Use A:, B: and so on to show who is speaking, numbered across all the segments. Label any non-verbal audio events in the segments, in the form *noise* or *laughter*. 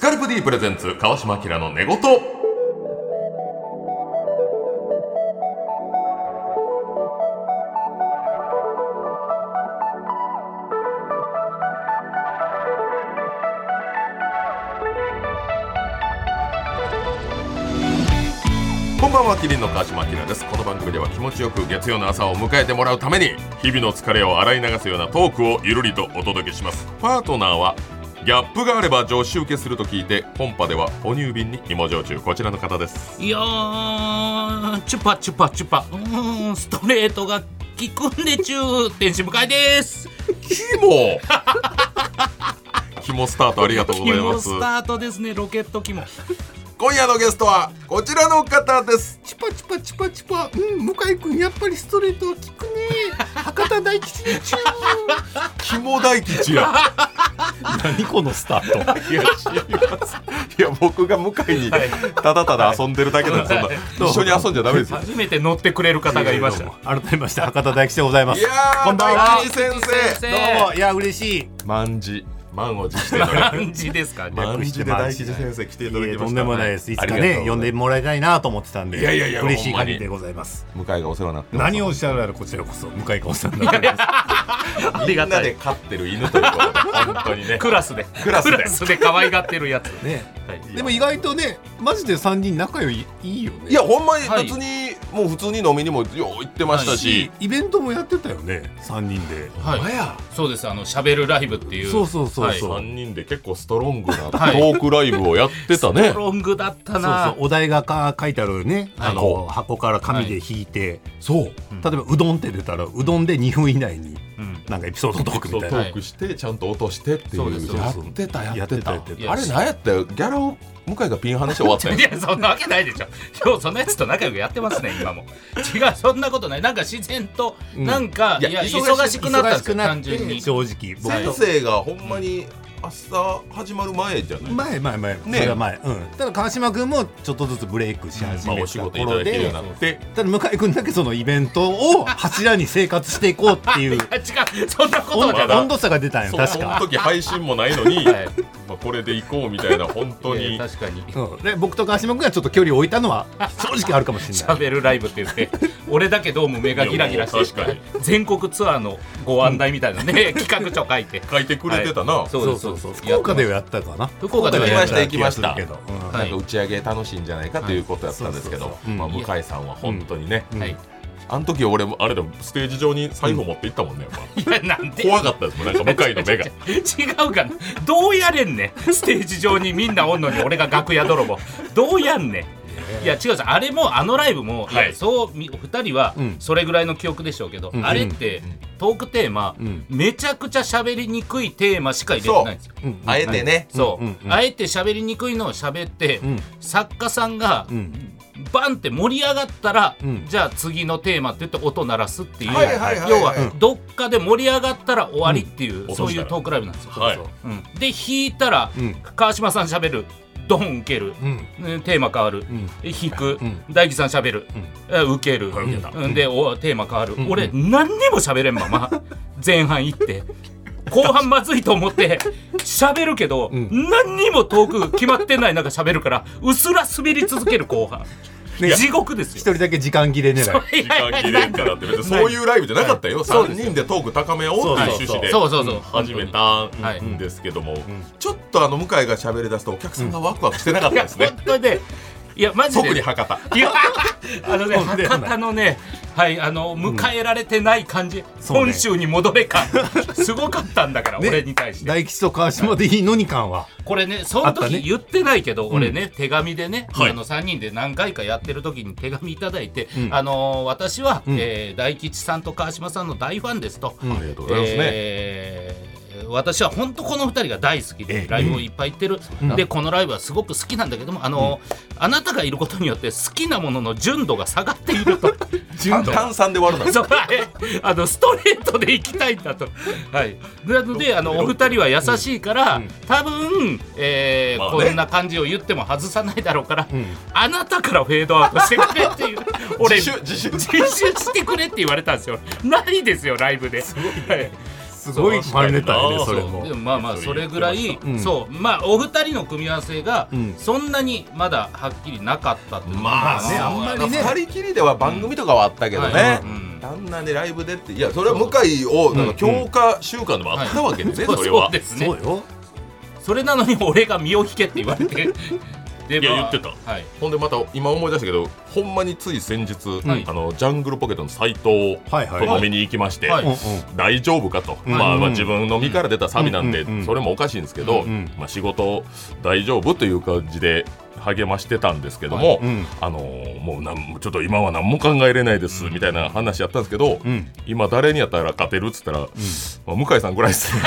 A: カルプ D プレゼンツ川島明の寝言こんばんはキリンの川島明ですこの番組では気持ちよく月曜の朝を迎えてもらうために日々の疲れを洗い流すようなトークをゆるりとお届けしますパートナーはギャップがあれば女子受けすると聞いてコンパでは哺乳瓶に芋焼酎こちらの方です
B: いやー、チュパチュパチュパ、うーん、ストレートが効くんでちゅう、天使向かいです。
A: キモキモスタートありがとうございます
B: スタートですね、ロケット機も。
A: 今夜のゲストはこちらの方です
C: チパチパチパチパうん向井君やっぱりストレートは効くね *laughs* 博多大吉に注
A: キモ大吉や
C: *laughs* 何このスタート
A: いや僕が向井にただただ遊んでるだけなんで、そんな一緒に遊んじゃダメですよ
B: 初めて乗ってくれる方がいました。
A: *laughs*
C: 改めまして博多大吉でございま
A: い
C: す
A: や
C: こ
A: ー
C: んばんは
A: 大吉先生
B: ど
C: どうもいや嬉しい
A: 万事満を持して *laughs* のね
B: 感じですかね。
A: 万事で大吉先生来ていただきま
C: い
A: し
C: え
A: た
C: とんでもないですいつか
A: ありがとう
C: ね
A: ございます
C: 呼んでもらいたいなと思ってたんで
A: いやいやいや
C: 嬉し
A: ほん
C: い
A: ま
C: 限
A: に
C: りでございます
A: 向井がお世話になってます
C: 何をおっしゃるならこちらこそ向井がおっしゃるなら
B: あり
A: み
B: が
A: んな
B: た
A: で
B: い。
A: 飼ってる犬ということで本当にね
B: クラスで。
A: クラスで
B: で可愛がってるやつ。
C: ね
B: はい
C: でも意外とねマジで三人仲良いいいよね
A: いやほんまに
B: はい
A: 別に、もう普通に飲みにもよう行ってましたし、
C: イベントもやってたよね三人で
B: はい
C: ほんまや
B: そうです、あの、喋るライブっていう。
C: そうそうそうそう
A: 三3人で結構ストロングなト
B: はい
A: ークライブをやってたね
B: ストロングだった
C: そうそ
B: な
C: う。お題がか書いてあるね、
B: はい
C: あの箱から紙で引いて、
A: そう
B: うん
C: 例えばうどんって出たらうどんで2分以内に
B: うん
C: なんかエピソードトーク
A: そう
C: みた
A: ト
C: いな、
A: ークしてちゃんと落としてってい
B: そう
A: う
B: です
A: やってたやってた
C: やって
B: や
C: た
B: ってた
A: あれ何やったよギャラを向井がピン話して終わった
B: *laughs*
A: よ
B: いやそんなわけないでしょ今日そんなやつと仲良くやってますね今も違うそんなことないなんか自然と
C: うん
B: なんか、
A: いや
B: いや
A: 忙し
B: 忙しくなったんで
C: 忙し
B: すよ
C: くな
B: 単
C: っ
B: 純に
C: て正直僕
A: 先
C: と
A: 生がほんまに朝始まる前じゃない、
C: 前前前、それは前、うん、ただ川島君もちょっとずつブレイクし始
A: まあ、
C: め
A: お
C: た
A: 仕
C: と
A: 事
C: こ
A: いただ
C: ろ
A: けるよう
C: で
A: になって
C: ただ向井君だけそのイベントを柱に生活していこうっ
A: *laughs*
C: ていう
B: *laughs* あ違うそんなこと
C: 温
B: じゃな
A: まだ
B: い
C: 温度差が出たんよ
A: そう
C: 確
A: そ
C: か
A: の時配信もないのに、
B: はい
A: まあ、これで行こうみたいな本当
B: い
A: に
B: や確かに
C: うんで僕と川島君がちょっと距離を置いたのは正直あるかもしれない
B: 喋るライブって言って俺だけどうも目がギラギラして
A: いやもう確
B: 全国ツアーのご案内みたいなね、企画書書いて
A: 書いてくれてたな、
B: はいそうですそうです
C: 福岡で
B: やっ
C: はやったかな
B: 福岡では
C: は
B: やりま
A: した行きました
C: けど、うん
B: は
A: なん
B: い
A: か打ち上げ楽しいんじゃないかということだったんですけ
C: は
A: ど
C: いそうそうそううん
A: まあ向井さんは本当にね、
B: てはい、
A: あの時俺もあれでもステージ上に財布持って行ったもんね、やっぱ
B: いやなんで
A: 怖かったですもんなんか向井の
B: *laughs*
A: 目が
B: 違うかなどうやれんねんステージ上にみんなおんのに俺が楽屋泥棒どうやんねんいや違うさあれもあのライブも、
A: はい
B: いやそうみ2人は
C: うん
B: それぐらいの記憶でしょうけど、
C: うん
B: あれって、トークテーマ、
C: うん
B: めちゃくちゃ喋りにくいテーマしか入れてないんですよ
C: うん
A: あえてね、
B: そう、
C: うんうん
B: あえて喋りにくいのを喋って、
C: うん
B: 作家さんが、
C: うん
B: バンって盛り上がったら、
C: うん
B: じゃあ次のテーマって言って音鳴らすっていう、
A: はいはいはい
B: 要は、
A: う
B: どっかで盛り上がったら終わりっていう、
A: うん
B: そういうトークライブなんですよ。
A: はい
B: うんで弾いたら、
C: うん
B: 川島さん喋るドン受ける、
C: うん
B: ねテーマ変わる、
C: ん
B: 引く、
C: うん
B: 大吉さん喋る、え受ける、
A: はい受けた
B: うんでおテーマ変わる、
C: ん
B: 俺何にも喋れんまま前半行って後半まずいと思って喋るけど、
C: ん
B: 何にもトーク決まってない中喋るからうすら滑り続ける後半、
C: ね
B: 地獄です
C: 一
B: よ。
C: 人だけ時間切れ狙い
A: 時間切れんからって別にそういうライブじゃなかったよ、三3人でトーク高めようっていう趣旨で
B: そうそうそう、
A: 始め
B: 本
A: た
B: はい
A: んですけども、ちょっとあの向井が喋り出すとお客さんがワクワクしてなかったです
B: 当に。
A: ね
B: 本当にねいやマジ
A: 特に
B: で
A: 博多
B: いや、 *laughs* あのね、
C: そうね
B: 博多のね、はい、あの、迎えられてない感じ、
C: そうね
B: 本州に戻れ感、すごかったんだから、
C: ね
B: 俺に対して。
C: 大吉と川島でいいのに感は
B: これね、その
C: あった
B: 時
C: ね
B: 言ってないけど、俺ね、手紙でね、
A: はい
B: あの、3人で何回かやってる時に手紙いただいて、
C: ん
B: あのー、私は、
C: ん
B: えー大吉さんと川島さんの大ファンですと。
C: ん
A: ありがとうございますね、
B: えー私は本当この2人が大好き
C: え
B: で
C: え
B: ライブをいっぱい行ってる、でこのライブはすごく好きなんだけどもあの、あなたがいることによって好きなものの純度が下がっていると
A: 炭炭酸で割るな
B: そうはいあのストレートで行きたいんだと、はい、なのであのお二人は優しいから、多分、えー
A: まあね
B: こんな感じを言っても外さないだろうから、
C: ん
B: あなたからフェードアウトしてくれっていう俺
A: 自主自主
B: 自首してくれって言われたんですよ。ないですよ、ライブで。はい
C: すごいマルネタやね
A: そう
C: それも
B: でもまあまあそれぐらい、
C: うん
B: そうまあお二人の組み合わせが
C: うん
B: そんなにまだはっきりなかったっていうのが
A: まあ
C: ねあんまりね
A: 二人きりでは番組とかはあったけどね、
B: うんうん
A: あんなねライブでっていやそれは向井をなんか強化週間でもあったわけですね、それ
B: そ
A: は
B: うですね
C: そうよ
B: それなのに俺が身を引けって言われてで
A: いや
B: まあ
A: 言って
B: はい
A: ほんでまた今思い出したけどほんまについ先日、
B: はい
A: あのジャングルポケットの斎藤
C: はいはい
A: と飲みに行きまして、
B: はい
A: 大丈夫かと、
C: うん
A: まあ、まあ
C: うん
A: 自分の身から出たサビなんで、
C: うんうんうん
A: それもおかしいんですけど、
B: うん
A: まあ、仕事大丈夫という感じで励ましてたんですけども、
B: はい
C: うん
A: あのーもうなんちょっと今は何も考えれないですみたいな話やったんですけど、
C: うん
A: 今誰にやったら勝てるっつったら、まあ、向井さんぐらいで
C: *laughs*
A: すね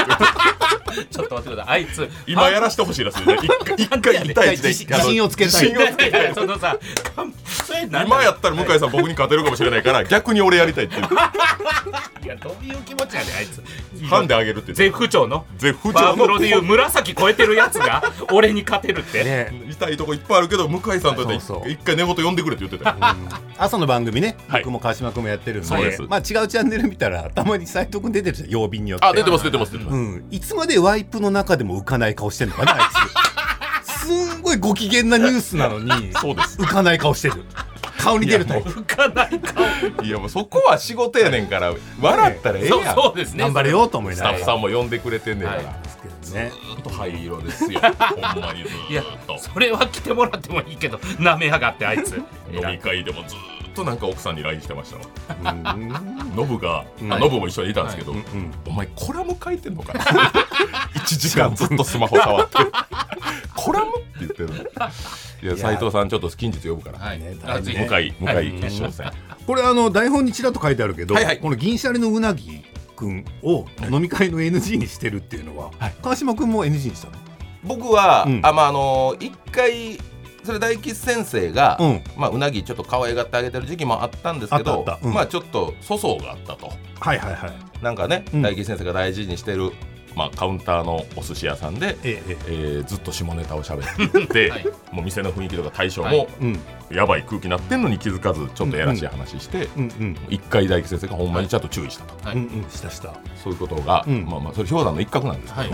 B: ちょっと待ってくださいあいつ
A: 今やらしてほしいですよね一回一回一対一で
C: 自信自信をつけたい
A: 自信をつ
B: いや
A: け
B: い
A: た
B: や
A: い
B: そのさ完璧
A: 今やったら向井さん僕に勝てるかもしれない *laughs* から逆に俺やりたいっていう
B: いやどういう気持ちやねんあいつ
A: ハンであげるっていう
B: 絶不調の
A: 絶不
B: パ
A: 調
B: ワプロ
A: の
B: でいう紫超えてるやつが俺に勝てるって、
C: ね
A: 痛いとこいっぱいあるけど向井さんとやった
C: そうそ
A: ら
C: う
A: 一回寝言呼んでくれって言ってたよ
C: 朝の番組ね、
A: はい
C: 僕も川島君もやってるんで
A: そうです
C: まあ、違うチャンネル見たらたまに斎藤君出てるじゃん曜日によって
A: あ出てます出てます出てます
C: うん、いつまでワイプの中でも浮かない顔してんのかなあいつすんごいご機嫌なニュースなのに
A: そうです
C: 浮かない顔してる顔に出るタイプ
B: 浮かない顔
A: いやもうそこは仕事やねんから笑ったらええや
B: そうんそうですね
C: 頑張れようと思い
A: ス
C: な
A: タ
C: が
A: ッ
C: ら
A: フさんも呼んでくれてんねんから、
B: は
C: ですけどね
A: ずっと灰色ですよほんまにず
B: いや
A: ーっ *laughs* と
B: それは来てもらってもいいけどなめやがってあいつ
A: 飲み会でもずーっとなんか奥さんに LINE してましたわ
C: うん
A: ノブが、
C: うん
A: あノブも一緒にいたんですけど、
C: うん
A: お前コラム書いてんのか *laughs* な1時間ずっとスマホ触ってコラムって言ってるいや
C: いや
A: 斉藤さんちょっと近日呼ぶから、
B: はい
C: ね
B: あぜひ
A: 向井向井決勝戦
C: これあの台本にちらっと書いてあるけど、
A: はいはい
C: この銀シャリのうなぎ君を飲み会の NG にしてるっていうのは、川島君も NG にしたの
A: 僕は、
C: うん
A: あまああの一回それ大吉先生が、
C: うん
A: まあ、うなぎちょっと可愛がってあげてる時期もあったんですけ
C: あ
A: ど
C: ったあったうん
A: まあちょっと粗相があったと
C: はいはいはい
A: なんかね、
C: うん
A: 大吉先生が大事にしてる、まあ、カウンターのお寿司屋さんで、
C: えええ
A: えーずっと下ネタをしゃべって
B: はい
A: もう店の雰囲気とか対象
B: はい
A: も
C: えうん
A: やばい空気になってんのに気づかずちょっとやらしい話して、
C: うんうん
A: 一回大吉先生がほんまにちゃんと注意したと、
B: はい
C: うんうんしたした
A: そういうことが、
C: うん
A: まあまあそれ氷山の一角なんですけ
B: はい
A: ど、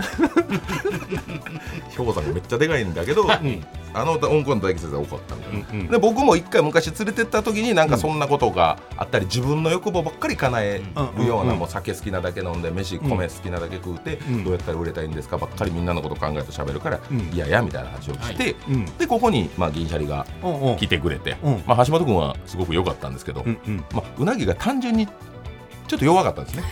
A: *laughs* 氷山がめっちゃでかいんだけど、あの温厚の大吉先生が怒ったみたいな。
C: うんうん
A: で僕も一回昔連れてった時になんかそんなことがあったり自分の欲望ばっかり叶えるよう
C: うんう
A: なんもう酒好きなだけ飲んで飯
C: うん
A: 米好きなだけ食うて
C: うん
A: どうやったら売れたらいいんですかばっかりみんなのこと考えて喋るから
C: うん
A: いやいやみたいな話をして
C: うん
A: でここにまあ銀シャリが
C: うんうん
A: 来てくれて
C: うん
A: まあ橋本君はすごく良かったんですけど
C: うんうん
A: まあうなぎが単純にちょっと弱かったんですね。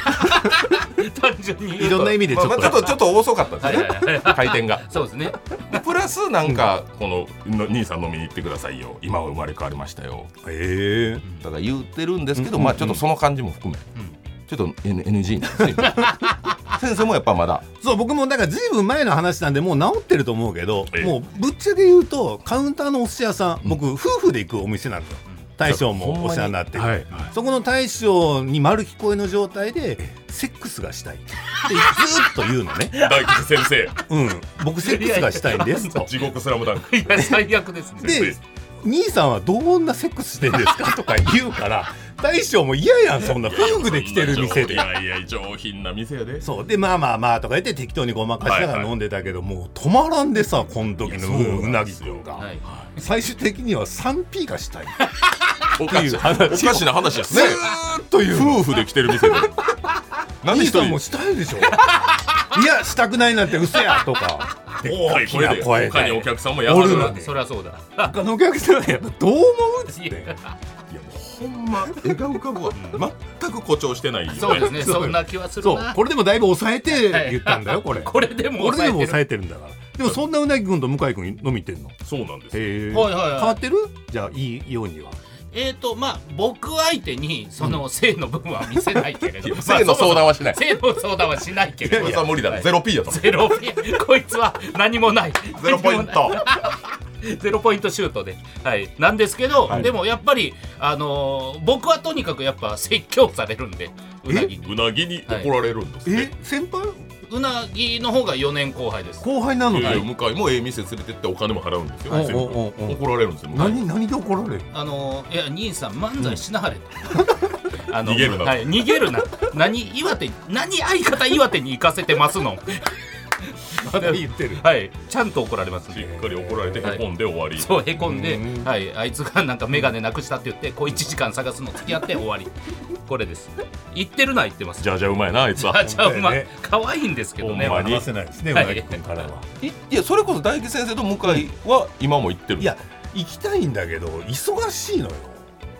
B: 単純に
C: いろんな意味でち
A: ま
C: ょ
A: あ
C: っ
A: ま
C: と
A: あちょっとちょっと遅かったんです
B: はい
A: よ
B: はい
A: ね
B: はい
A: 回転が。
B: そうですね
A: でプラスなんかこのの兄さん飲みに行ってくださいよ今は生まれ変わりましたよ
C: ええ
A: だから言ってるんですけど、
C: うん
A: まあちょっとその感じも含め、
B: うん
A: ちょっと N- NG なんですね先生もやっぱまだ
C: そう僕もだからずいぶん前の話なんでもう治ってると思うけど
A: ええ
C: もうぶっちゃけ言うとカウンターのお寿司屋さん、
A: うん
C: 僕夫婦で行くお店なんですよ大
A: ほ
C: 将
A: んま
C: も
A: に
C: お世話になってる、
A: はい、
C: そこの大将に丸聞こえの状態でセックスがしたいってずーっと言うのね
A: *laughs* 大吉先生
C: うん、僕セックスがしたいんですと
A: 地獄スラムダンク
B: いや最悪ですね
C: で兄さんはどんなセックスしてんですかとか言うから大将も嫌やんそんな夫婦で来てる店
A: い
C: で
A: やいや上品な店やで
C: そうでまあまあまあとか言って適当にごまかしなが
A: はいは
C: ら
A: い
C: 飲んでたけど、もう止まらんでさこの時の
A: いやそう
C: う
A: な
C: なん
A: で
C: ぎ
A: す
C: く
A: よ
C: んが、
B: はい
C: 最終的には 3P が
A: *laughs*
C: したい
A: おか
C: ってい
A: し
C: う
A: な
C: 話
A: おかしな話ですね
C: *laughs* ずーっと言うの
A: 夫婦で来てる店で何
C: 兄
A: 一
C: さん
A: 人
C: もしたいでしょ *laughs* いやしたくないなんて嘘やとか
A: *laughs* 大きな
C: 声
A: 声
C: で
A: で他にお客さんもや
B: そ
A: ら
C: お
A: る
C: る
A: いや
C: の
B: ら
C: に
B: そりゃそうだ
C: 他のお客さんはやっぱどう思うっつっ
B: い
C: て
B: や
A: もうほんま笑顔浮かぶわ全く誇張してないよね
B: そうですねそんな気はする
C: そう
B: な
C: これでもだいぶ抑えて言ったんだよこれ
B: これでも
C: これでも抑
B: え
C: えてるんだからでもそんなうなぎくんと向井くん飲み行ってんの
A: そうなんですよ
C: へえ
B: はいはいはい
C: 変わってるじゃあいいようには
B: てえっとまあ僕相手にその性の部分は見せないけれど
A: 性の相談はしない
B: *laughs* 性の相談はしないけれ
A: こ
B: ど
A: れは無理だ
B: はい
A: ゼロ P やと思う
B: ゼロこいつは何もない
A: *laughs* ゼロポイント
B: ゼロポイントシュートで、はい、なんですけど、
A: はい
B: でもやっぱり、あのー僕はとにかくやっぱ説教されるんでうなぎに
A: うなぎに怒られるんですって
C: え先輩
B: うなぎの方が4年後輩です
C: 後輩なの
A: いやいや
C: に
A: 向井もええ店連れてってお金も払うんですよ
C: おう
A: 全部
C: おうおうおう
A: 怒られるんですよ向井
C: 何何で怒られる
B: あのーいや兄さん漫才しなはれと、あの
A: 逃げるな
B: はい、逃げるな何岩手何相方岩手に行かせてますの
C: まだ言ってる
B: はいちゃんと怒られますん
A: し
B: で
A: っかり怒られてへこんで終わり、
B: そうへこんで
C: うん
B: はいあいつがなんか眼鏡なくしたって言ってこう1時間探すの付き合って終わりこれです言ってるな言ってます
A: じゃあじゃあうまいなあいつは
B: あじゃあ
C: ほん
B: ま
C: ま
B: あ
C: やね
B: 可愛いんですけどね
A: ほんまに
C: 話せないですねう
B: はい
C: なぎくんからはい
A: いやそれこそ大吉先生と向井は今も行ってる
C: いや行きたいんだけど忙しいのよ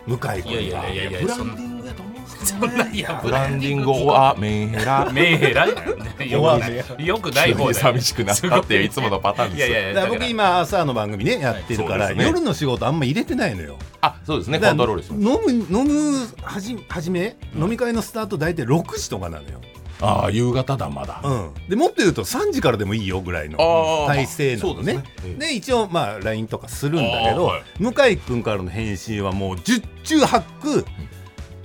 C: 向井君が
B: いやいやいやいや
C: ブランディングやと思うんです
B: そ
C: よ
B: んないや
A: ブランディングはメンヘラ
B: メンヘラよ
C: *laughs* 弱め
B: くよくない方だよ
A: 寂しくなったっていういつものパターン
B: い
A: で
B: や
A: す
B: いや
C: だ
B: い
C: か
B: や
C: ら僕今朝の番組ねやってるから、
A: はいそうですね
C: 夜の仕事あんま入れてないのよ
A: あそうですねコ
C: だ
A: ン
C: か
A: ト
C: ら
A: ロールします
C: 飲む飲むはじ始め、飲み会のスタート大体6時とかなのよ、
A: ああ夕方だまだ
C: うん、でもっと言うと3時からでもいいよぐらいの
A: あー
C: 体制なのね,、
A: まあ
C: で
A: そうですね
C: 一応まあ LINE とかするんだけど、
A: あ
C: 向井君からの返信はもう十中八九、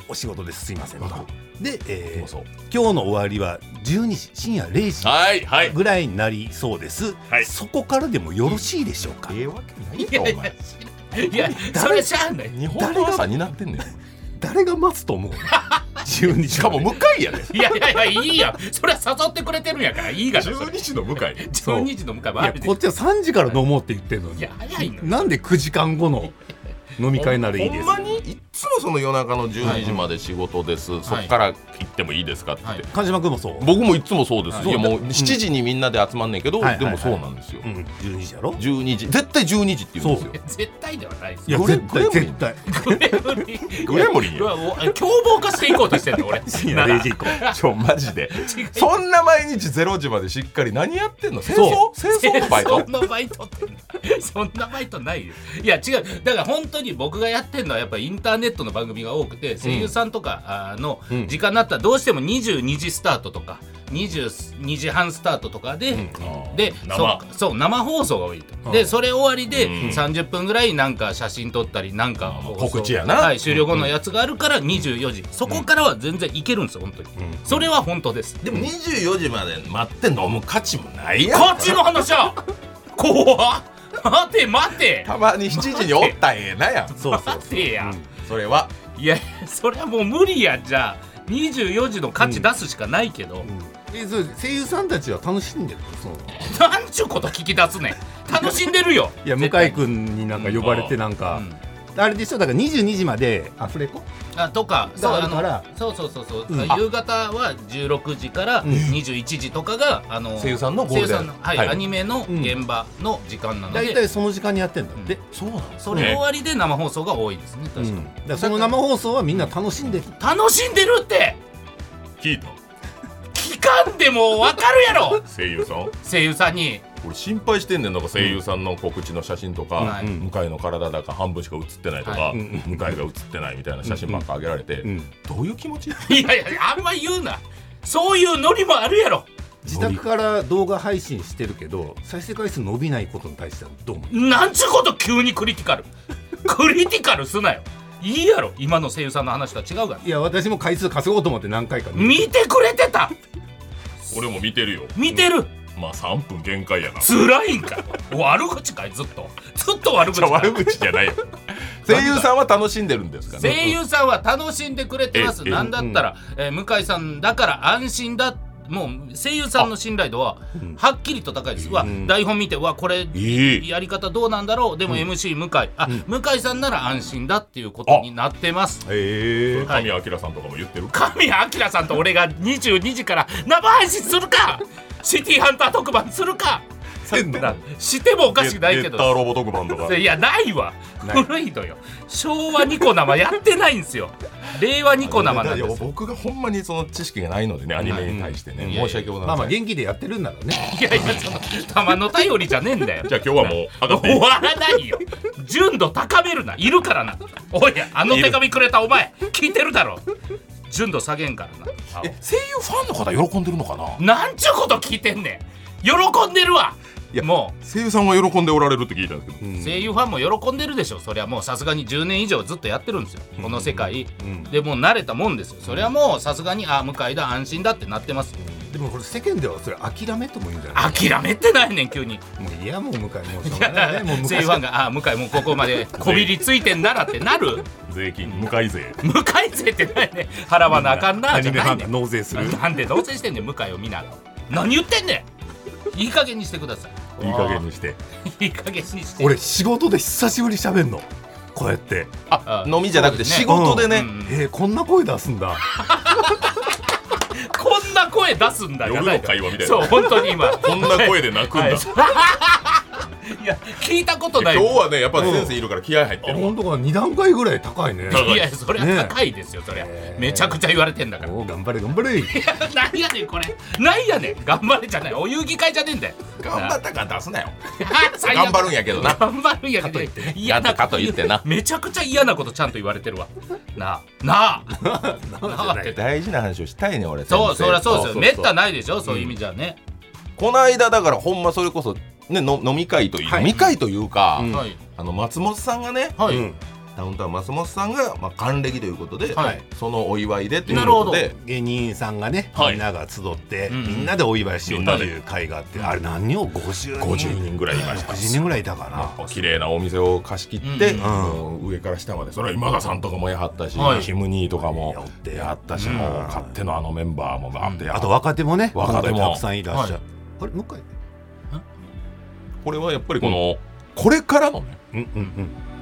C: お仕事ですすいません」と
A: わか
C: で、えー
A: そう
C: 今日の終わりは12時深夜0時
A: はいはい
C: ぐらいになりそうです、
A: はい
C: そこからでもよろしいでしょうか、
A: ええわけない
B: いやいやいやそれしゃあない
A: 日本の朝になってんねん
C: 誰が待つと
A: *laughs*
C: 思う12時
A: しかも向井やで
B: いやいやいやいいやんそれは誘ってくれてるんやからいいがなそれ
A: 12時の向井
C: そう
B: 12時の向かい
C: いや
B: で
C: こっちは3時から飲もうって言ってるの
B: い
C: に
B: や早いのよ
C: なんで9時間後の飲み会ならいいです
A: ほんまにいっつもその夜中の12時まで仕事です、そっから行ってもいいですかって、
B: はい
C: 鹿島君もそう、
A: 僕もいっつもそうです、
B: はい
A: い、やもう7時にみんなで集まんねんけど、
C: はい
A: でもそうなんですよ、
C: うん、12時やろ
A: 12時絶対12時って言うんですよ
B: 絶対ではないです
C: いや
A: グレ
C: 絶対
A: グレモリン
C: 絶対
B: グレムリン
A: *laughs* グレモリン
B: う
A: よ
B: わお凶暴化していこうとしてんの俺
C: 深夜0時以降
A: ちょマジ *laughs* でそんな毎日0時までしっかり何やってんの戦
C: そ
A: 争戦争のバイト
B: そんなバイトってそんなバイトないよいや違うだから本当に僕がやってるのはやっぱインターネットの番組が多くて、声優さんとかあーの
A: うん
B: 時間になったらどうしても22時スタートとか22時半スタートとかで、で
A: 生
B: そうそう生放送が多いと、
C: うん
B: でそれ終わりで
A: うん
B: 30分ぐらいなんか写真撮ったりなんか
A: あー
B: 放送
A: 告知やな
B: はい、終了後のやつがあるから24時、そこからは全然いけるんですよ本当に、それは本当です
A: でも24時まで待って飲む価値もないやん
B: こっちの話
A: *laughs*
B: は怖っ待て待て
A: たまに7時におったらええなやん
C: そうそう
B: 待てや、
A: それはい
B: やそれはもう無理やじゃあ24時の価値出すしかないけど、
C: えそう声優さんたちは楽しんでるその
B: なんちゅうこと聞き出すねん楽しんでるよ
C: いや向
B: 絶対
C: 井君になんか呼ばれてなんか、
B: うん
C: あれでしょだから22時までアフレコ
B: あとかそう
C: だ
B: あ
C: から
B: のそうそうそうそう、
C: うん
B: 夕方は16時から21時とかが、あの
A: 声優さんのゴールデ
B: 声優
A: ン
B: さんのはい
A: はい
B: アニメの
C: うん
B: 現場の時間なので、
C: 大体その時間にやってんだって、
A: そうなん
B: それ終わりで生放送が多いですね
C: う
B: 確
C: ん
B: かに、
C: だからその生放送はみんな楽しんでる、
B: 楽しんでるって
A: 聞いた
B: 期間でも分かるや
A: *laughs*
B: ろ
A: 声優さん
B: 声優さんに
A: 俺心配してんねんなんか声優さんの告知の写真とか、
B: はい
A: 向井の体だか半分しか写ってないとか、
B: はい
C: うん
A: 向井が写ってないみたいな写真ばっか上げられて、
C: うん
A: どういう気持ち
B: いやいやあんま言うなそういうノリもあるやろ
C: 自宅から動画配信してるけど再生回数伸びないことに対してはどう思う
B: なんちゅうこと急にクリティカルクリティカルすなよいいやろ今の声優さんの話とは違うが
C: いや私も回数稼ごうと思って何回か見
B: 見てくれてた
A: 俺も見てるよ
B: 見てる
A: まあ3分限界やな
B: 辛いんかい悪口かいずっとずっと悪口
A: じゃあ
B: か
A: 悪
B: い
A: 口じゃないよ声優さんは楽しんでるんですかね
B: 声優さんは楽しんでくれてます
A: ええ
B: なんだったら、えー向井さんだから安心だもう声優さんの信頼度ははっきりと高いです、うわ台本見てうわこれ
A: いい
B: やり方どうなんだろうでも MC 向井、あ、向井さんなら安心だっていうことになってます
C: へえ
A: 神谷明さんとかも言ってる
B: 神谷明さんと俺が22時から生配信するかシティハンター特番するかしてもおかしくないけ
A: ゲッター
B: ど
A: ロボ特番
B: *laughs*
A: とか
B: いやないわ
C: ない
B: 古いのよ昭和ニコ生やってないんですよ令和ニコ生なん
A: い
B: で
A: や
B: すよ
A: 僕がほんまにその知識がないのでねアニメに対してね、
B: うん
A: 申し訳ござい
C: まあまあ
A: ません、
C: 元気でやってるんならね
B: いやいやその玉の頼りじゃねえんだよ
A: じゃあ今日はもう上がってい
B: 終
A: い
B: わらないよ純度高めるないるからなおいあの手紙くれたお前聞いてるだろ純度下げんからな
A: え声優ファンの方喜んでるのかな
B: なんちゅうこと聞いてんねん喜んでるわ
A: いや
B: も
A: 声優さんは喜んでおられるって聞いたんですけど、
B: う声優ファンも喜んでるでしょそりゃもうさすがに10年以上ずっとやってるんですよこの世界、でもう慣れたもんですよそりゃもうさすがにあ向井だ安心だってなってます
C: でもこれ世間ではそれ諦めとも言うんじゃない
B: 諦めてないねん急に
C: もういやもう向井もうしょう
B: いや
C: が
B: だか
C: な *laughs*
B: ら
C: いねもう昔
B: 声優ファンが「ああ向井もうここまでこびりついてんなら」ってなる
A: 税金向かい税
B: 向井勢ってないね払わなあかんな
C: ア
B: じ
C: ニ
B: ゃ
C: メ
B: な
C: ファ
B: いね
C: ンが
B: ん
C: 納税する
B: なんで同棲してんねん向井を見な何言ってんねんいい加減にしてください
A: いい加減にして
B: *laughs* いい加減にして
C: 俺仕事で久しぶりに喋んのこうやって
B: あ
A: あ飲みじゃなくて
B: そうですね
A: 仕事でね
B: うん
C: えー、こんな声出すんだ
B: こんな声出すんだ
A: 夜
B: な
A: の
B: い
A: 会話みたい
B: そう
A: な
B: 本当に今こ
A: こんな声で泣くんだ
B: はい
A: 今
B: いや聞いたことない
A: 日はねやっぱ先生いるから気合入って
C: あ
A: るわ
C: 本当か2段階ぐらい高いね
A: 高
B: いやそれは高いですよそりゃ
C: ね
B: めちゃくちゃ言われてんだから
C: おー頑張れ頑張れ
B: *laughs* なんやねんこれなんやねん頑張れじゃないお遊戯会じゃねえんだよ
A: 頑張ったから出すなよ
B: 最悪
A: 頑張るんやけどな
B: 頑張るんやけど嫌な
A: かと言ってな
B: めちゃくちゃ嫌なことちゃんと言われ
A: *laughs*
B: てるわなあなあなあって
A: 大事な話をしたいね俺
B: そうそりゃそうですよめった
A: な
B: ないでしょそういう意味じゃね
A: この間だからほんまそれこそねの飲み会という、
C: はい
A: 飲み会というか、
C: うん
B: はい
A: あの松本さんがね
B: は
C: う
B: い
C: ん
A: ダウンタウン松本さんが、まあ、還暦ということで、
B: はい
A: そのお祝いでということ
B: なる
A: で
C: 芸人さんがね、
A: はい
C: みんなが集って、
B: うん
C: みんなでお祝いしよう
A: みん
C: と
A: なで
C: いう会があって、あれ何を50人
A: 50人ぐらいいました
C: 60人ぐらいいたか
A: 綺麗なお店を貸し切って、
B: うん
A: もう上から下までそれは今田さんとかもやはったし、
B: はい
A: キムニーとかも
C: やって
A: やったし、
B: うん
A: もう勝手のあのメンバーもバーってや
C: な
A: っ
C: あ
A: て、
C: と若手もね
A: 若手も
C: 今回たくさんいらっしゃる、あれ向井
A: これはやっぱりこの、これからのね
C: うん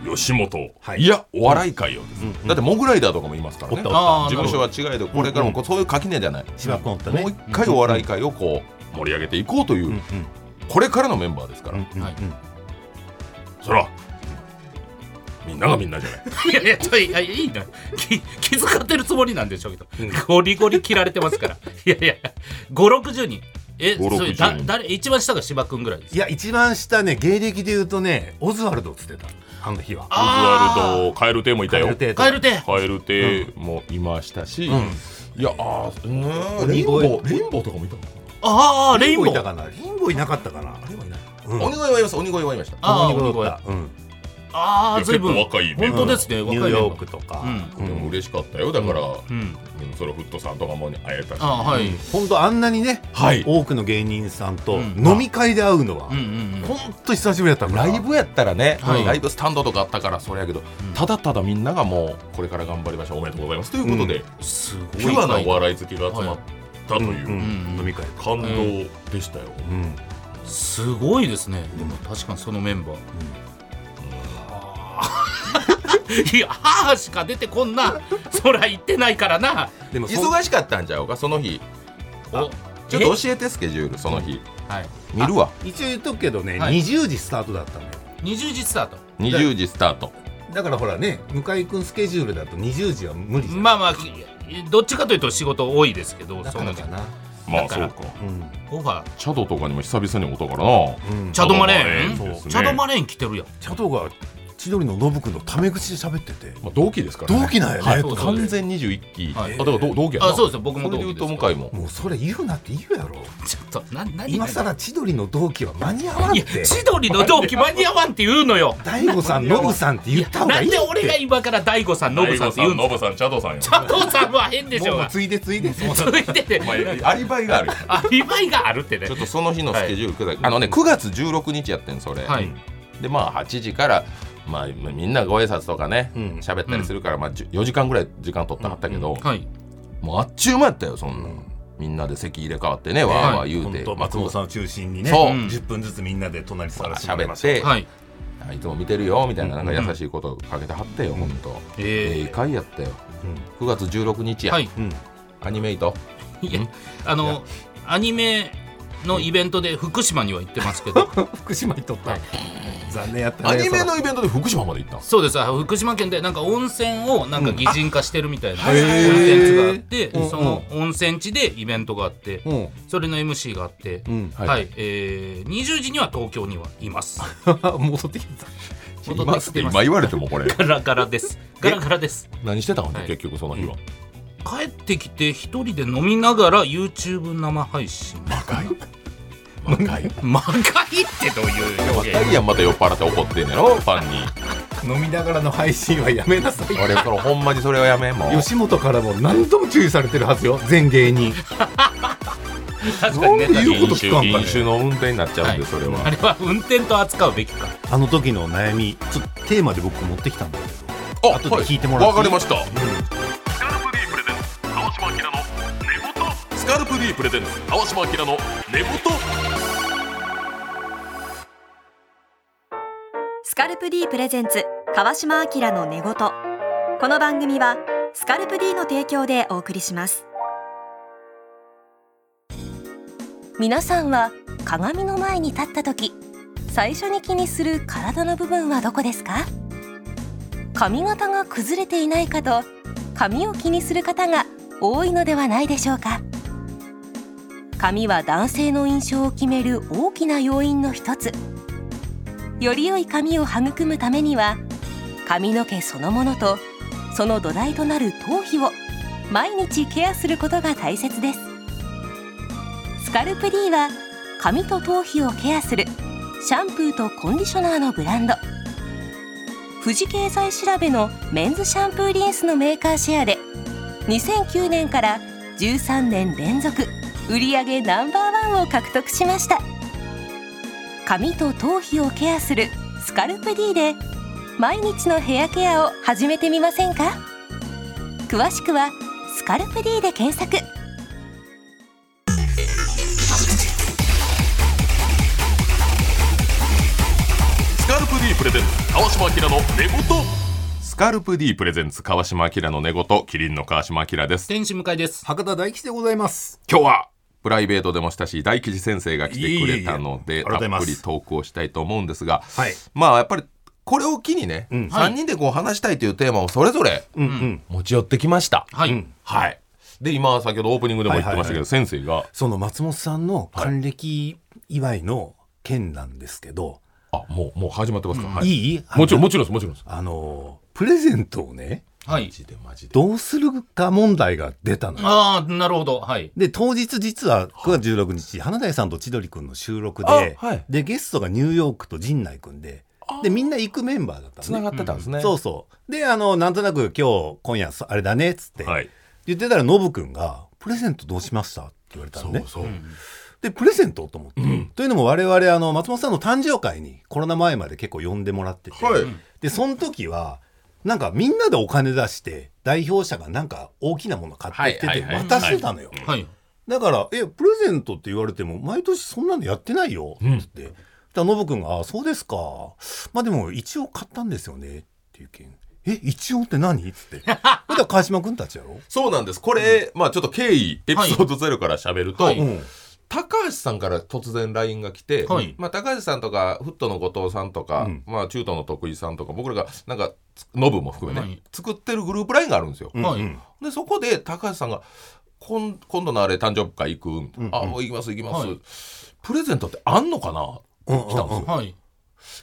C: うん
A: 吉本、
C: はい
A: い、やお笑い界をです、
C: うんうん
A: だってモグライダーとかもいますから
C: お
A: ね
C: った
B: ああ
A: 事
B: な
A: 務
B: るほ
A: 所
B: ど
A: は違いどこれからもこうそういう垣根じゃない、
C: 芝君おったね
A: もう一回お笑い界をこう盛り上げていこうという、
C: うんうん
A: これからのメンバーですから、
C: うんうん
B: はい
A: そらみんながみんなじゃない
B: いやいやちょいやいいのよき気遣ってるつもりなんでしょうけど
C: うん
B: ゴリゴリ切られてますからいやいや560人え
A: 560
B: それだ誰一番下が芝君ぐらいです
C: いや一番下ね芸歴で言うとねオズワルドっつってたあの日は
A: オズ
B: あー
A: ワルドカエル亭もいたよ
C: 亭と
B: カエル亭
A: カエル亭もいましたし、いやあーうーんリ
C: リ
A: ン
C: ン
A: ボ
C: ボ
A: リンボとかもいたの
B: ああレイ
C: リ
B: ン
C: ン
B: ボ
C: ボいた
B: ー
C: かなリンボいなかったかな
A: あれはいない、
C: うん
A: 鬼越はいます鬼越はいました
B: ああ
C: この
B: 鬼
C: 鬼
B: 越
C: 越だうん
B: ああ
A: いや
B: 随分
A: 結構若いメン
B: 本
A: バー
B: 当ですね若い
C: ニ
B: メ
C: ュー
B: ンバ
C: ヨークとか
A: で
C: う
A: も
C: ん
A: 嬉しかったよだから、
B: うん
A: うんそれフットさんとかも会えたし
B: ああはい
C: 本当あんなにね
A: はい
C: 多くの芸人さんと
B: うん
C: 飲み会で会うのは
B: うんうんうん
C: 本当久しぶりだったから
A: ライブやったらね、
B: はい
A: ライブスタンドとかあったからそれやけど、ただただみんながもうこれから頑張りましょうおめでとうございますということで、
B: す
A: ピ
B: ごい
A: ュアなお笑い好きが集まったと
C: うん
A: いう、
B: うん
C: 飲み会
A: 感動でしたよ、
C: うん
B: すごいですねでも確かにそのメンバー、あー *laughs* いや母しか出てこんなそら言ってないからな
C: でも
A: 忙しかったんちゃうかその日
B: お
A: ちょっと教えてスケジュールその日
B: えはい
A: 見るわ
C: 一応言っとくけどね
B: はい
C: 20時スタートだったのよ
B: 20時スタート
A: 20時スタート
C: だからほらね向井君スケジュールだと20時は無理じゃん
B: まあまあきどっちかというと仕事多いですけど
C: だ
B: そ
C: か
B: ん
C: ら
B: な
C: かな
A: まあ
B: だか
A: そう
B: ら
A: か
C: うん
B: オファー
A: チャドとかにも久々におったからな
C: うん
B: チャドマレーン
A: チャドマレーン
B: そう
A: ですね
B: チャドマレーン来てるやん
C: チャドが千鳥のノブ君のタメ口で喋ってて
A: まあ、同期ですから、ね、
C: 同期なんやね
A: はい
C: と
A: 完全21期、
B: はい
A: あだから同同期やな
B: あそうですよ僕も
A: それ
B: 同
A: で
B: 期
A: 言
B: で
A: う
B: す
A: と向井も
C: もうそれ言うなって言うやろ
B: ちょっとな何
C: 今さら千鳥の同期は間に合わんっ
B: いや
C: て
B: 千鳥の同期間に合わんって言うのよ
C: 大悟さんノブさんって言った方
B: な
C: がいい
B: ん
C: って
B: で俺が今から大悟さんノブさんって言うんで
A: ノ
B: す
A: ブさんチャドさんや
B: か佐藤さんは変でしょう
C: もう
B: が
C: ついでついで
B: ついてて
A: お前アリバイがある
B: アリバイがあるってね
A: *laughs* ちょっとその日のスケジュールください、あのね9月16日やってんそれ、
B: はい
A: でまあ8時から、まあ、みんなご挨拶とかね
C: うん
A: 喋、ったりするから、まあ、じゅ4時間ぐらい時間取ったはったけど、
B: はい
A: もうあっちゅう間やったよそんな、ん、みんなで席入れ替わってねわーわー言う
C: 本
A: て、
C: 当
A: まあ
C: 松本さんを中心にね
A: そ
B: う
A: う
B: ん
C: 10分ずつみんなで隣座らせてもらい
A: 喋
C: ま
A: っ
C: した
A: て、
B: はい
A: い、つも見てるよみたいななんか優しいことかけてはってよ、ほんとええ
B: え
A: 回やったよ9月16日
B: ー
A: や、
B: はい
C: うん
A: アニメイト
B: いやあのアニメのイベントで福島には行ってますけど
C: 福島にとった
B: はい
C: 残念やったね
A: アニメのイベントで福島まで行ったん
B: そうですあ福島県でなんか温泉をなんか擬人化してるみたいなコ
C: う
B: ン
C: んあ
B: テンツがあって、
C: へー
B: その温泉地でイベントがあって、
C: うん
B: それの MC があって、
C: うん
B: はい、えー、20時には東京にはいます。
C: *laughs* 戻ってきた
B: 戻ってきてます
A: 今言われてもこれ
B: *laughs* ガラガラです。ガラガラです。
A: 何してたのね、
B: はい
A: 結局その日は、
B: 帰ってきて一人で飲みながら YouTube 生配信。
A: 若い
C: *laughs*
A: 若い
B: 魔界ってどういう表
A: ダ
B: 現
A: イアンまた酔っ払って怒ってんねやろファンに
C: 飲みながらの配信はやめなさい
A: 俺そのほんまにそれはやめんもう
C: 吉本からも何度も注意されてるはずよ全芸人
B: 確かにね
C: なんで言
B: 確
C: うこと聞かんかね
A: 飲酒の運転になっちゃうんで、それは、
B: かにあれは運転と扱うべきか
C: あの時の悩みちょっとテーマで僕持ってきたんだけど
A: あ
C: 後で聞いてもらって
A: わ、
C: いい
A: かりましたスカルプ D プレゼンツ川島明の寝言スカルプ D プレゼンツ川島明の寝言
D: スカルプ D プレゼンツ川島明の寝言この番組はスカルプ D の提供でお送りします皆さんは鏡の前に立った時最初に気にする体の部分はどこですか髪型が崩れていないかと髪を気にする方が多いのではないでしょうか髪は男性の印象を決める大きな要因の一つより良い髪を育むためには髪の毛そのものとその土台となる頭皮を毎日ケアすることが大切ですスカルプ D は髪と頭皮をケアするシャンプーとコンディショナーのブランド富士経済調べのメンズシャンプーリンスのメーカーシェアで2009年から13年連続売上ナンバーワンを獲得しました髪と頭皮をケアするスカルプ D で毎日のヘアケアを始めてみませんか詳しくは「スカルプ D」で検索
A: スカルプ D プレゼンツ川島明の寝言スカルプ D プレゼンツ川島明の寝言キリンの川島明です
B: 天使向かいです
C: 博多大吉でございます
A: 今日はプライベートでも親しい大吉先生が来てくれたの
C: いえい
A: で
C: えありがとうござい
A: た
C: ま
A: っ
C: す
A: ぷりトークをしたいと思うんですが
C: はい
A: まあやっぱりこれを機にね、
C: うん
A: 3人でこう話したいというテーマをそれぞれ
C: うんうん
A: 持ち寄ってきました、
B: はい、
C: うん
A: はいで今先ほどオープニングでも言ってましたけど、
C: はいはいは
A: 先
C: い
A: 生が
C: その松本さんの還暦祝いの件なんですけど、、
A: あもうもう始まってますか、はいい、
C: い
A: もちろんもちろんですもちろんです
C: あのプレゼントをね
B: はい
A: マジでマジで
C: どうするか問題が出たのよ
B: ああなるほどはい
C: で当日実は9月16日花大さんと千鳥くんの収録で,、
A: あはい
C: でゲストがニューヨークと陣内くんででみんな行くメンバーだった
A: つな
C: のね
A: がってたんですね、
C: そうそうであのなんとなく今日今夜そあれだねっつって、
A: はい
C: 言ってたらノブくんが「プレゼントどうしました?」って言われたのね
A: そうそう、
C: でプレゼントと思って、というのも我々あの松本さんの誕生会にコロナ前まで結構呼んでもらってて、
A: はい
C: でその時はなんかみんなでお金出して代表者がなんか大きなもの買って
A: は
C: っ
A: い
C: て
A: はい
C: て
A: はい
C: 渡してたのよ、
B: はい
C: だから「えプレゼントって言われても毎年そんなのやってないよ」って言って、だノブ君が「あそうですかまあでも一応買ったんですよね」っていう件「え一応って何?」っつ
A: *laughs*
C: ってそれだから川島君たちやろ、
A: そうなんです。これ、まあちょっと経緯、エピソードゼロから喋ると、
B: はい
C: うん、
A: 高橋さんから突然 LINE が来て、
B: はい
A: まあ高橋さんとか、フットの後藤さんとか、
C: うん
A: まあ中東の徳井さんとか、僕らが、なんか、つノブも含めね、
B: はい
A: 作ってるグループ LINE があるんですよ。
C: うん
B: はい
C: うん
A: で、そこで高橋さんが、今今度のあれ誕生日会行くみたいな、
C: うんうん
A: あ、もう行きます行きます、
B: はい
A: プレゼントってあんのかな
C: うんうん
A: 来たんですよ
B: はい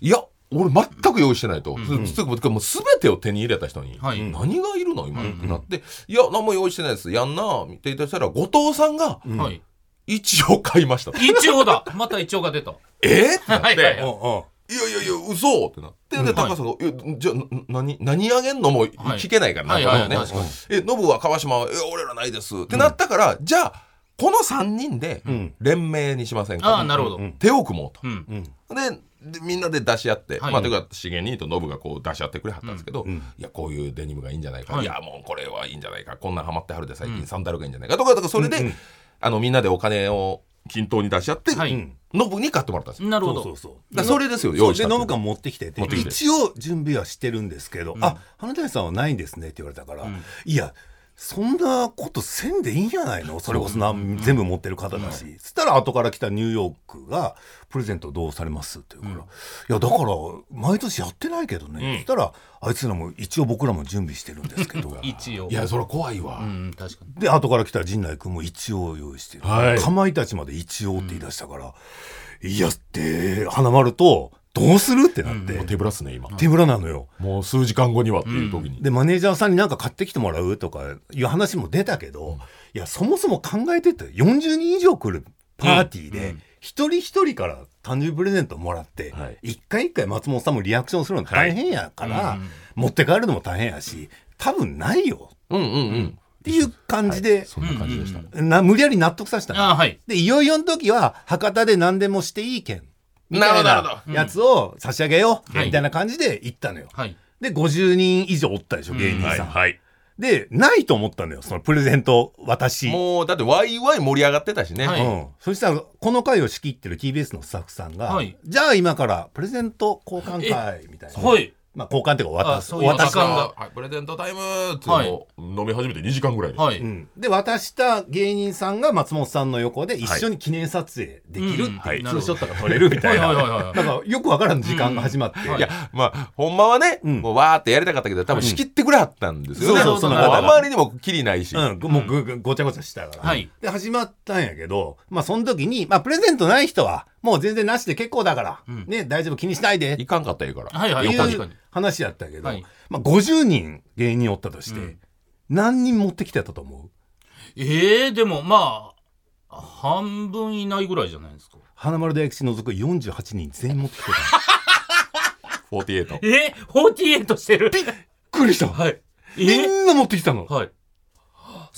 A: いや、俺全く用意してないと。
B: うん
A: すすぐもう全てを手に入れた人に、
B: はい
A: 何がいるの今
B: うん
A: ってなって、いや、何も用意してないです。やんな、見ていただいたら、後藤さんが
C: うん
B: はい
A: 一応買いました。
B: 一応だまた一応が出た
A: えーってなって、
B: はいいはい
C: うんうん
A: やいやいや、嘘ってなって、
C: うん
A: で、高橋さんが、いやじゃあ、な何、何あげんのも聞けないから、
B: はい
A: なんとな
B: はい
A: く
B: はい
A: ね。え、ノブは川島は、いや俺らないです。ってなったから、じゃあ、この3人で
C: うん
A: 連名にしません
B: あ
A: か、
B: あなるほど
C: う
B: うん
C: うんん
A: 手を組もうと。
C: うん
A: ででみんなで出し合って、
B: はい
A: まあというか茂兄とノブがこう出し合ってくれはったんですけど、
C: うんうん
A: いやこういうデニムがいいんじゃないか、
B: はい
A: い、やもうこれはいいんじゃないかこんなんハマってはるで最近サンダルがいいんじゃないかとかとかそれで、
C: うんうん
A: あのみんなでお金を均等に出し合って、
B: は
C: う
B: い
C: ん
A: ノブに買ってもらったんですよ。
B: なるほど
C: そうそうそう
A: だからそれですよ
C: そ
A: 用
C: う
A: 意し
C: で
A: た
C: 飲むか持ってきてて
A: 持ってきて
C: 一応準備はしてるんですけど「あ花谷さんはないんですね」って言われたから「
B: ん
C: いやそんなことせんでいいんじゃないのそれこそな、全部持ってる方だし」そしたら後から来たニューヨークが「プレゼントどうされます?」って言うから「いやだから毎年やってないけどね」そしたら「あいつらも一応僕らも準備してるんです
A: *laughs*
C: けど」
B: 一応
A: いやそれは怖いわ、
B: うん確かに
C: で後から来た陣内君も一応用意してる、
A: はい
C: かまいたちまで一応って言い出したから「いや」って花丸と「どうする?」ってなって、
A: もう手ぶらっすね今、
C: 手ぶらなのよ。
A: もう数時間後にはっていう時に、
C: でマネージャーさんに何か買ってきてもらうとかいう話も出たけど、いやそもそも考えてて40人以上来るパーティーで、一人一人から誕生日プレゼントもらって、
A: はい
C: 一回一回松本さんもリアクションするの大変やから、持って帰るのも大変やし多分ないよ
A: うんうんうん
C: っていう感じで、
E: そんな感じでした。
B: うん
C: な無理やり納得させたの
B: あーはい
C: でいよいよの時は博多で何でもしていい券み
A: なる
C: た
A: ほ
C: い
A: どなる
C: な
A: ほ
C: やつを差し上げよう
B: はい
C: みたいな感じで行ったのよ。
B: はい
C: で50人以上おったでしょ芸人
A: はい
C: さん。
A: はい
C: でないと思ったのよそのプレゼント私。
A: もうだってワイワイ盛り上がってたしね、
B: は
C: う
B: い
C: ん、そしたらこの回を仕切ってる TBS のスタッフさんが、
B: はい
C: じゃあ今からプレゼント交換会みたいな、
B: はい
C: まあ、交換っていうか渡
B: あ
C: す
B: そういう
C: 渡
A: 私
C: し
A: が
B: 時間が
A: はい、プレゼントタイムーって、
B: はい
A: もう飲み始めて2時間ぐらいで、
B: はい、
C: うん、で渡した芸人さんが松本さんの横で一緒に記念撮影できるっていう、
B: はいうん
C: ツーショットが撮れるみたいな
B: はいは
C: ない
B: はいは
C: ん
B: い
C: かよくわからん時間が始まって、
B: うんはい
A: いやまあほんまはね、
C: うん
A: もうわーってやりたかったけど多分仕切ってくれはったんですよね、
C: うんそう
B: そうそう
A: も
B: その
A: あ
B: 方が
A: まりにもキリないし、
C: うん、もうぐぐごちゃごちゃしたから、
B: はい
C: で始まったんやけど、まあ、その時に、まあ、プレゼントない人はもう全然なしで結構だから、
B: うん
C: ね、大丈夫気にしないで
A: いかんかったらいいから、
B: はいはい
C: っ
B: は
C: て
B: い
C: い
B: 確かに
C: う話やったけど、
B: はい
C: まあ、50人芸人おったとして、
B: うん
C: 何人持ってきてたと思う
B: えー、でもまあ半分いないぐらいじゃないですか
C: 花丸大吉除く48人全員持ってきてたび
A: 48
C: っ
B: え48してる
C: くりした、
B: はい
C: み
B: え
C: んな持ってきたの、
B: はい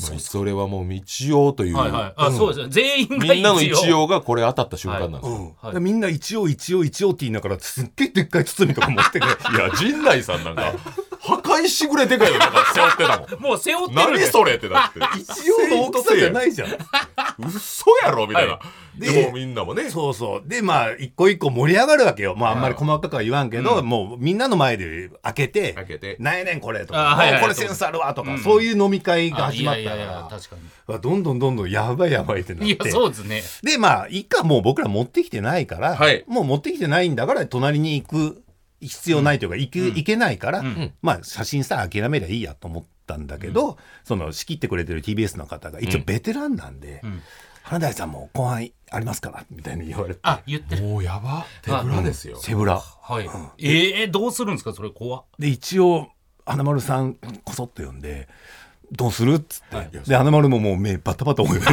A: まあそれはもう道用という、
B: はいはいあ、そうですね全員が一応
A: みんなの一応がこれ当たった瞬間なんです
C: う
A: よ、
C: ん
B: はい
C: でみんな一応一応一応って言いながらすっげえでっかい包みとか持ってくる
A: いや陣内さんなんか破壊しぐれでかいのなんか背負ってたもん
B: もう背負ってる
A: 何
B: ね
A: それってなって
C: 一応の大きさじゃないじゃん
A: *laughs* 嘘やろみたいな、
B: は
A: で
C: で
A: もみんなもね
C: *laughs* そうそう。で、まあ、一個一個盛り上がるわけよ。まあ、あんまり細かくは言わんけど、
B: う
C: もうみんなの前で開けて、
A: 開けて
C: なんやねんこれと
B: あ
C: か、
B: はいはい
C: もうこれセンスあるわと
B: う
C: か、
B: ん
C: そういう飲み会が
B: あ
C: 始
B: い
C: まっ
B: や
C: た
B: い
C: か
B: やい
C: ら
B: や、確かに
C: どんどんどんどんやばいやばいってなっ
B: いや
C: て。
B: そうですね
C: で、まあ、いいか、もう僕ら持ってきてないから、
A: はい
C: もう持ってきてないんだから、隣に行く必要ないというか、行く、行けないから、
B: ん
C: まあ、写真さ、諦めりゃいいやと思ったんだけど、その、仕切ってくれてる TBS の方が、一応ベテランなんで、
B: ん
C: 花大さんも後半ありますから、みたいに言われて。
B: あ言ってる
A: もうやば手ぶらですよ
C: 背ぶら。
B: はいえー、どうするんですかそれ怖っ
C: で一応花丸さんこそっと呼んで「どうする?」っつって、
A: はい
C: で花丸ももう目バタバタ覚えて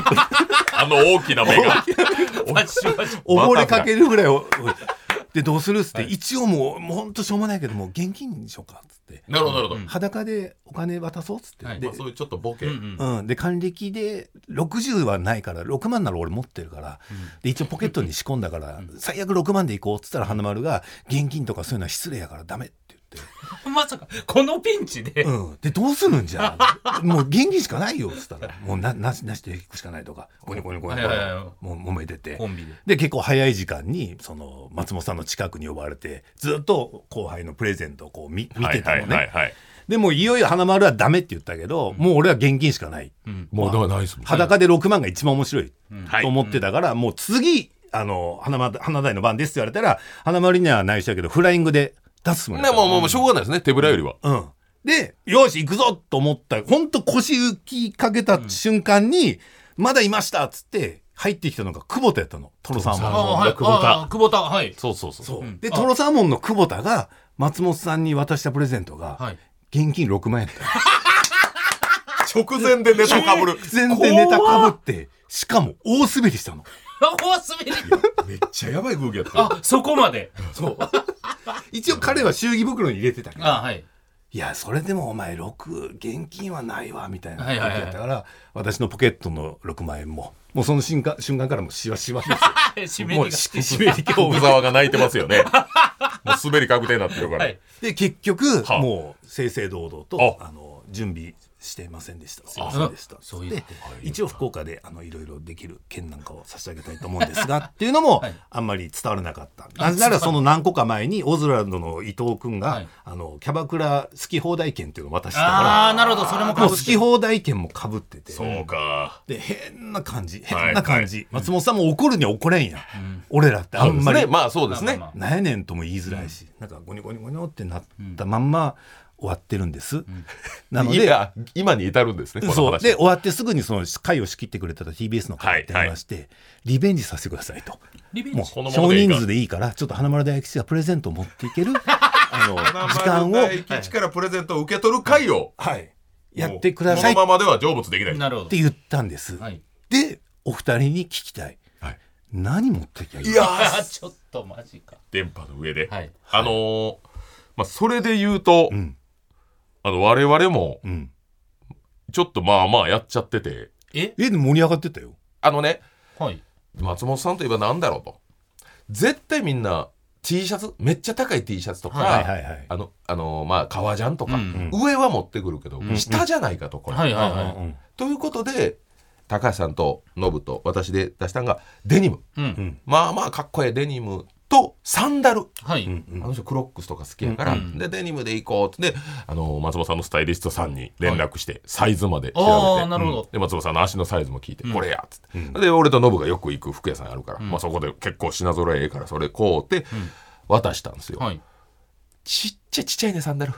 A: あの大きな目が
B: バシバシ
C: 溺れかけるぐらいを *laughs* でどうするっつって、一応もうもうほんとしょうもないけどもう現金にしようかっつって
A: なるほどなるほど、
B: うん
C: 裸でお金渡そうっつって、
B: はい
C: で
A: まあ、そういうちょっとボケ、
B: うんうん
C: うん、で還暦で60はないから6万なら俺持ってるから、で一応ポケットに仕込んだから、最悪6万で行こうっつったら花丸が「現金とかそういうのは失礼やからダメ」って言って。
B: まさかこのピンチで、
C: うん、でどうするんじゃあもう現金しかないよっつったらもうななしなしで行くしかないとかこにこにこに
B: はいはいは
C: もう揉めてて
B: コンビで
C: で結構早い時間にその松本さんの近くに呼ばれてずっと後輩のプレゼントをこう見見てた
A: はいはい
C: のね、
A: はい、はい
C: でもういよいよ花丸はダメって言ったけど、もう俺は現金しかない
B: うん
A: もうだからないですもん
C: 裸で6万が一番面白い
A: はい
C: と思ってたから、もう次あの花丸花大の番ですって言われたら花丸には内緒やけどフライングで出すつもりだ
A: な
C: った
A: もうもうもうしょうがないですね手ぶらよりは、
C: うん。で、よし、行くぞと思った、ほんと腰浮きかけた瞬間に、まだいましたっつって、入ってきたのが久保田やったの、トロサーモン
B: あ
C: の。
B: はい
A: 久保田
B: ああ久保田はい
A: そうそうそう
C: そう、
B: うん
C: で、
B: あ
C: トロサーモンの久保田が、松本さんに渡したプレゼントが、
B: はい
C: 現金6万円だった。
A: 直前でネタかぶる
C: 全然ネタかぶって、しかも大滑りしたの。
B: あ大滑り
A: *laughs* めっちゃやばい空気や *laughs* った
B: あそこまで
C: そう。 *laughs* 一応彼は祝儀袋に入れてたけど、
B: あはい
C: いや、それでもお前6、現金はないわ、みたいな
B: はい
C: 時
B: はいはい
C: だったから、私のポケットの6万円も、もうその瞬間瞬間からもうしわしわです
B: あ締
C: よ。
B: め
C: も
B: に
C: う
B: が
C: ししめり気を
A: 福沢が泣いてますよねもう滑り確定になってるから、
B: はい
C: *laughs* で結局
A: はあ
C: もう正々堂々と
A: あ
C: あの準備してませんでしたすいませんでした
B: あそういう
C: で
B: こと
C: 一応福岡であのいろいろできる件なんかを差し上げたいと思うんですがっていうのも
B: はい
C: あんまり伝わらなかったなぜならその何個か前にオズランドの伊藤君
B: は
C: が
B: い
C: あのキャバクラ好き放題券っていうのを渡した
B: あ
C: か
B: あなるほどそれも
C: らもう好
B: ぶって
C: き放題券もかぶってて
A: そうか
C: で変な感じ変な感じ松本さんも怒るには怒れんや
B: ん
C: 俺らってあ
A: あん
C: ん
A: ま
C: まり
A: りまあそうですね
B: まあま
C: なんやねんとも言いづらいし、なんかゴニョゴニョゴニョってなったまんま終わってるんです、 *laughs* なの
A: い
C: で
A: や今に至るんですねこの
C: そう
A: 話
C: で終わってすぐにその会を仕切ってくれた TBS の方に電話して、リベンジさせてくださいと
B: リベンジ
C: もう
A: このまま
C: 少
A: でいい
C: 人
A: か
C: 数でいいからちょっと花丸大吉がプレゼントを持ってい
A: *laughs*
C: けるあの時間を、
A: 大吉からプレゼントを受け取る会を
C: はい、やってください
A: こ
C: っ
A: のままでは成仏できない
B: なるほ
C: て
B: ど
C: 言ったんです、
B: はい
C: でお二人に聞きたい、
A: はい
C: 何持ってきゃいい
A: いや
B: あー *laughs* ちょっとマジか
A: 電波の上で、
B: はい
A: あのーまあそれで言うと、
C: うん
A: あの我々も
C: うん
A: ちょっとまあまあやっちゃってて
B: え
C: えでも盛り上がってたよ
A: あのね
B: はい
A: 松本さんといえば何だろうと絶対みんな T シャツめっちゃ高い T シャツとか、
B: はい
C: はいはい
A: あのあのまあ革ジャンとか、
B: うん
A: 上は持ってくるけど、
B: うん
A: 下じゃないかとこれ、
B: はいはい
C: うん
B: は
C: うん
A: ということで高橋さんとノブと私で出したのがデニム
B: いうん、
C: うん
A: まあまあかっこええデニムとサンダル
B: は
C: う
B: い
C: んうん
A: あの人クロックスとか好きやから、
B: うん
A: でデニムで行こうってであの松本さんのスタイリストさんに連絡して、サイズまで調べて
B: ああなるほど、
A: で松本さんの足のサイズも聞いて、
B: うん
A: これやっつって、
C: うん
A: で俺とノブがよく行く服屋さんあるから、
B: うん
A: まあ、そこで結構品揃えええからそれこうって渡したんですよ、
B: はい
A: ちっちゃいちっちゃいねサンダル
B: ち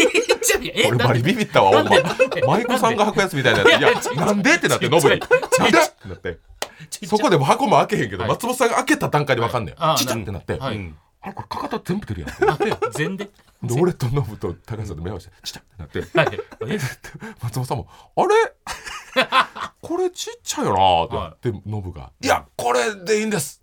B: っちゃいえ
A: *laughs* 俺
B: な
A: バ
B: ん
A: リ
B: で
A: ビビったわほんま
B: なんでなんで
A: 舞妓さんが履くやつみたいなやつい
B: いやちっちゃ
A: や
B: い
A: なんでってなってノブに
B: ちっちゃ
A: ないんでってなっ
B: ち
A: て
B: っちゃい
A: そこでも箱も開けへんけど、
B: はい
A: 松本さんが開けた段階で分かんねん、
B: はいあー
A: ちっちゃってなって、
B: はい
C: うん
A: あれこれかかと全部出るやん
B: あ全で
A: で俺とノブと高橋さんと目合わせてちっちゃってなって *laughs*
B: はいえ
A: 松本さんも「 *laughs* あれこれちっちゃいよな」って
B: は
A: 言ってノブが「いやこれでいいん *laughs* です」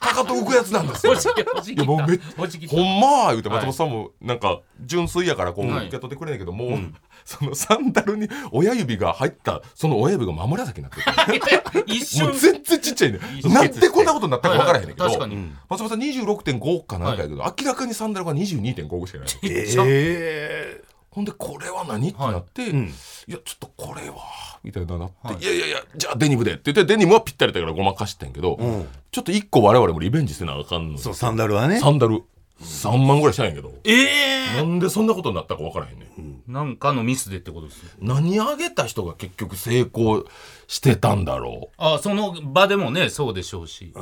A: かかと浮くやつなんですよ
B: おじきおじき
A: いやもうめっ
B: おじき
A: ほんまー言うて
B: はい
A: 松本さんもなんか純粋やからこう
B: はい
A: 受け取ってくれないけどもうそのサンダルに親指が入ったその親指が真紫になってて
B: 一瞬
A: もう全然ちっちゃいね
B: 一瞬
A: なんでこんなことになったか分からへんねんけど
B: はいはい確かに、
C: うん
A: 松本さん26.5かなんかやけど明らかにサンダルが22.5しかない
C: え
B: ちゃ
C: え
A: ほんでこれは何ってなって、
C: うん
A: いやちょっとこれはみたいななって、い、やいやいやじゃあデニムでって言ってデニムはぴったりだからごまかしてんけど、
C: うん
A: ちょっと一個我々もリベンジせなあかんの
C: そうサンダルはね
A: サンダル3万ぐらいしたんやけど、
B: ええ
A: なんでそんなことになったか分からへんね、ん、
B: なんかのミスでってことですね
A: 何あげた人が結局成功してたんだろ
B: あその場でもねそうでしょうし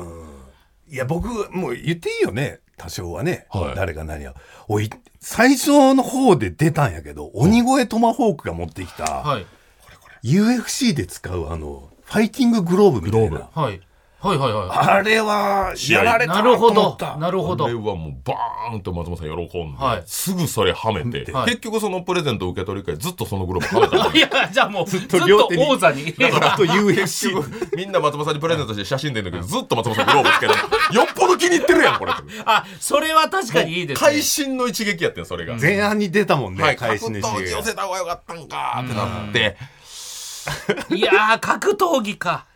C: いや僕もう言っていいよね多少はね、
A: はい
C: 誰が何やおい最初の方で出たんやけど鬼越トマホークが持ってきた、
B: はい
C: UFC で使うあのファイティンググローブみたい
A: グロ
C: な
B: はいはいはいは
C: あれはやられた
B: いな
C: な
B: る
C: と
B: ほ
C: 思っ
B: ど
C: た
B: なる
A: う
B: ほ
A: こ
B: ど
A: れはもうバーンと松本さん喜んで、
B: はい
A: すぐそれはめて、
B: はい
A: 結局そのプレゼント受け取り会ずっとそのグローブはめたの
B: いやじゃあもうずっと
C: と両手に
B: 王座に
C: あと UFC
A: *laughs* みんな松本さんにプレゼントして写真出るんだけど、ずっと松本さんグローブつけてる。よっぽど気に入ってるやん、これ。
B: *laughs* あそれは確かにいいですね
A: 会心の一撃やってん、それが。
C: 前半に出たもんね、
A: はい、格
C: 返し
A: 闘
C: 主
A: 技寄
C: が
A: せた方がよかったんかってなって。
B: いやー格闘技か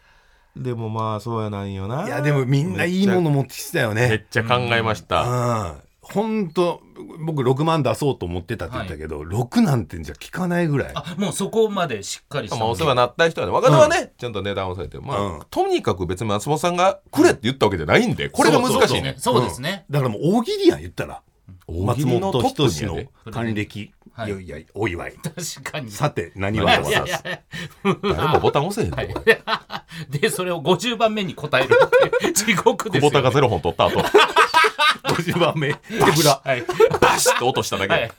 A: でもまあ、そうやなんよな。
C: いやでもみんないいもの持ってきてたよ
A: めっ
C: ね
A: ちゃ考えまし
C: う
A: た。
C: ん本当僕6万出そうと思ってたって言ったけど、6なんてじゃ効かないぐらい
B: あもうそこまでしっかりした
A: まあ、お世話になった人はね、若手はね、ちゃんと値段を抑えて、ま
C: うん
A: あ、とにかく別に松本さんがくれって言ったわけじゃないんで、これが難しいね。
B: そうですね
C: だからもう大喜利やん言ったら
A: 大喜
C: 松
A: 利のト
C: 本
A: ップに
C: 人志
A: やで
C: の還暦、
B: はい
C: い、やいやお祝い
B: 確かに
C: さて何は
A: 何は誰もボタン押せへんの、これ。
B: でそれを50番目に答えるっていう地獄ですよ、
A: 久保
B: ね、
A: 田がゼロ本取った後、
C: 50番目手ぶら
B: はい
A: バシッと落としただけ。
B: はい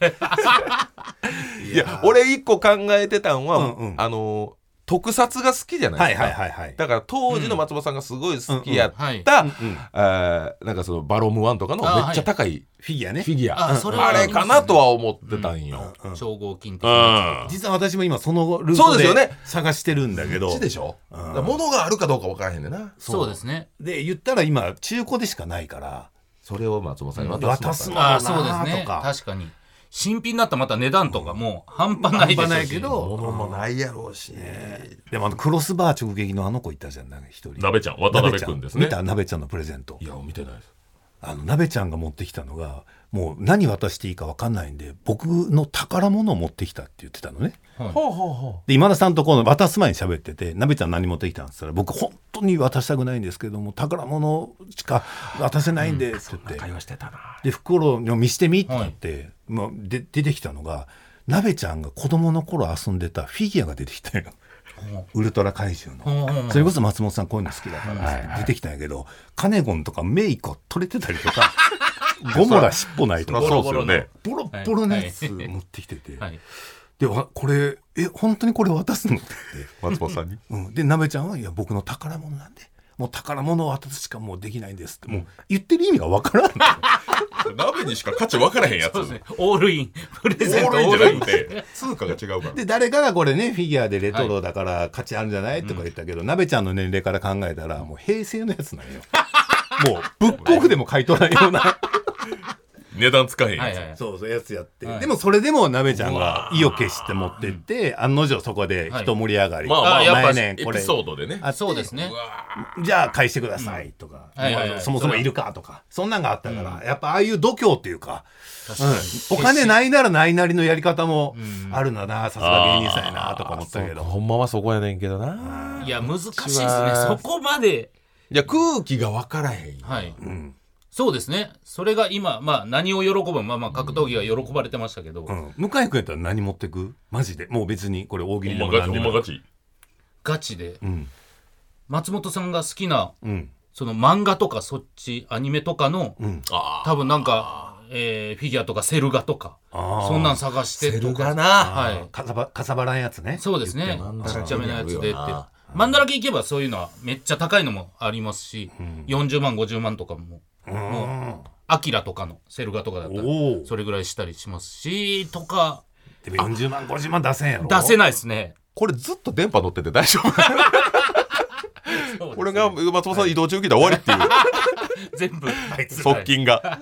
A: いや俺一個考えてたんは、
C: うんうん
A: あのー特撮が好きじゃない
C: は
A: で
C: い
A: すか、
C: はいはいはい
A: だから当時の松本さんがすごい好きやった、あーなんかそのバロムワンとかの
B: あー
A: めっちゃ高い
C: フィギュア
A: フ
C: ね
A: ィギュア、
B: あそれは
A: あ
B: あ
A: れ
B: ります
A: か
B: ね
A: なとは思ってたんよ、
C: うん
B: 超合金的
A: うん
B: な
C: 実は私も今そのルー
A: そう
C: ト
A: ですよね
C: で探してるんだけど
A: こっちでしょ、だから物があるかどうか分からへんねんな
B: そうですね
C: で言ったら今中古でしかないから
A: それを松本さんに渡
C: 渡
A: す
C: す
A: の
C: の
A: か
B: あ
C: あ
B: あそうです
C: なあ
B: ね
C: とか
B: 確かに新品になったらまた値段とかもう半端ないです
C: 半端ないけど
A: 物もないやろうしね
C: でもあのクロスバー直撃のあの子いたじゃんなんか一人
A: 鍋ちゃん渡辺
C: ちゃ
A: 君ですね
C: 見た鍋ちゃんのプレゼント
A: いや見てないです
C: あの鍋ちゃんが持ってきたのがもう何渡していいか分かんないんで僕の宝物を持ってきたって言ってたのね
A: ほうほうほ
C: で今田さんとこの渡す前に喋ってて「鍋ちゃん何持ってきたん?」って言ったら「僕本当に渡したくないんですけども宝物しか渡せないんで」って言って、
A: 会話してたな
C: で袋を見してみってなって、まあ、で出てきたのが鍋ちゃんが子供の頃遊んでたフィギュアが出てきたよウルトラ怪獣の。それこそ松本さんこういうの好きだから出てきたんやけどカネゴンとかメイコ取れてたりとかゴモラ尻尾ないと
A: そ
C: か
A: りゃそうですよね
C: ボロッボロのやつ持ってきてて、
B: はい
C: でわこれえ本当にこれ渡すの *laughs* って言って
A: 松本さんに
C: うん、で、なべちゃんは、いや、僕の宝物なんで、もう宝物を渡すしかもうできないんですって、もう言ってる意味がわからん。
A: *laughs* 鍋にしか価値分からへんやつ
B: そうですねオールインプレ
A: オ
B: ゼント
A: ー
B: オ
A: ルインじ
B: ー
A: ゃな
B: ルイン
A: くて通貨が違うから
C: *laughs* で、誰かがこれね、フィギュアでレトロだから価値あるんじゃない、とか言ったけど、なべちゃんの年齢から考えた *laughs* ら、もう平成のやつなんよ。もう、ブックオフでも買い取らんような。
A: 値段つかへんやつ、
B: はいはい
C: *laughs* そうそうやつやって、
B: はい
C: でもそれでもなべちゃんが意を決して持ってって、案の定そこで一盛り上がり、
A: まあまあ
B: あ
A: やっぱ
C: 前ね
A: エ
C: こ
A: ピ
C: れ
A: ソードでね
C: あって
B: そうですね
A: うわ
C: じゃあ返してくださいとか、
B: うんはいはいはい
C: まあそもそもいるかとかそんなんがあったから、やっぱああいう度胸っていうか、
B: 確
C: うん
B: かに
C: お金ないならないなりのやり方も
B: うん
C: あるんだなさすが芸人さんやなとか思ったけど
A: ほんまはそこやねんけどない
B: や難しいです
A: こ
B: ね
A: っち
B: そ
A: は
B: こまで
A: いや空気が分からへんよ
B: はい
C: うん
B: そうですねそれが今まあ何を喜ぶまあまあ格闘技は喜ばれてましたけど、
C: うん向井君やったら何持ってくマジでもう別にこれ大喜
A: ほんま
C: 利でも
A: ガチ
C: 何
A: ほ
C: で
A: ん
C: も
A: まガチ
B: ガチで
C: うん
B: 松本さんが好きな
C: うん
B: その漫画とかそっちアニメとかの
C: うん
A: あ
B: 多分なんか、えーフィギュアとかセル画とか
C: あー
B: そんなん探して
A: セ
B: と
A: ル
B: か
A: がな、
B: はい
C: かさばかさばらんやつね
B: そうですね
C: 言っても
B: ちっちゃめのやつでっ
A: あー
B: てマンダラケ行けばそういうのはめっちゃ高いのもありますし、40万50万とかも
C: うん
B: アキラとかのセル画とかだったら
C: おお
B: それぐらいしたりしますしとか
C: でも40万50万出せんやろ
B: 出せないですね
A: これずっと電波乗ってて大丈夫これが松本さん移動中期で終わりっていう
B: 全部
A: 側近が。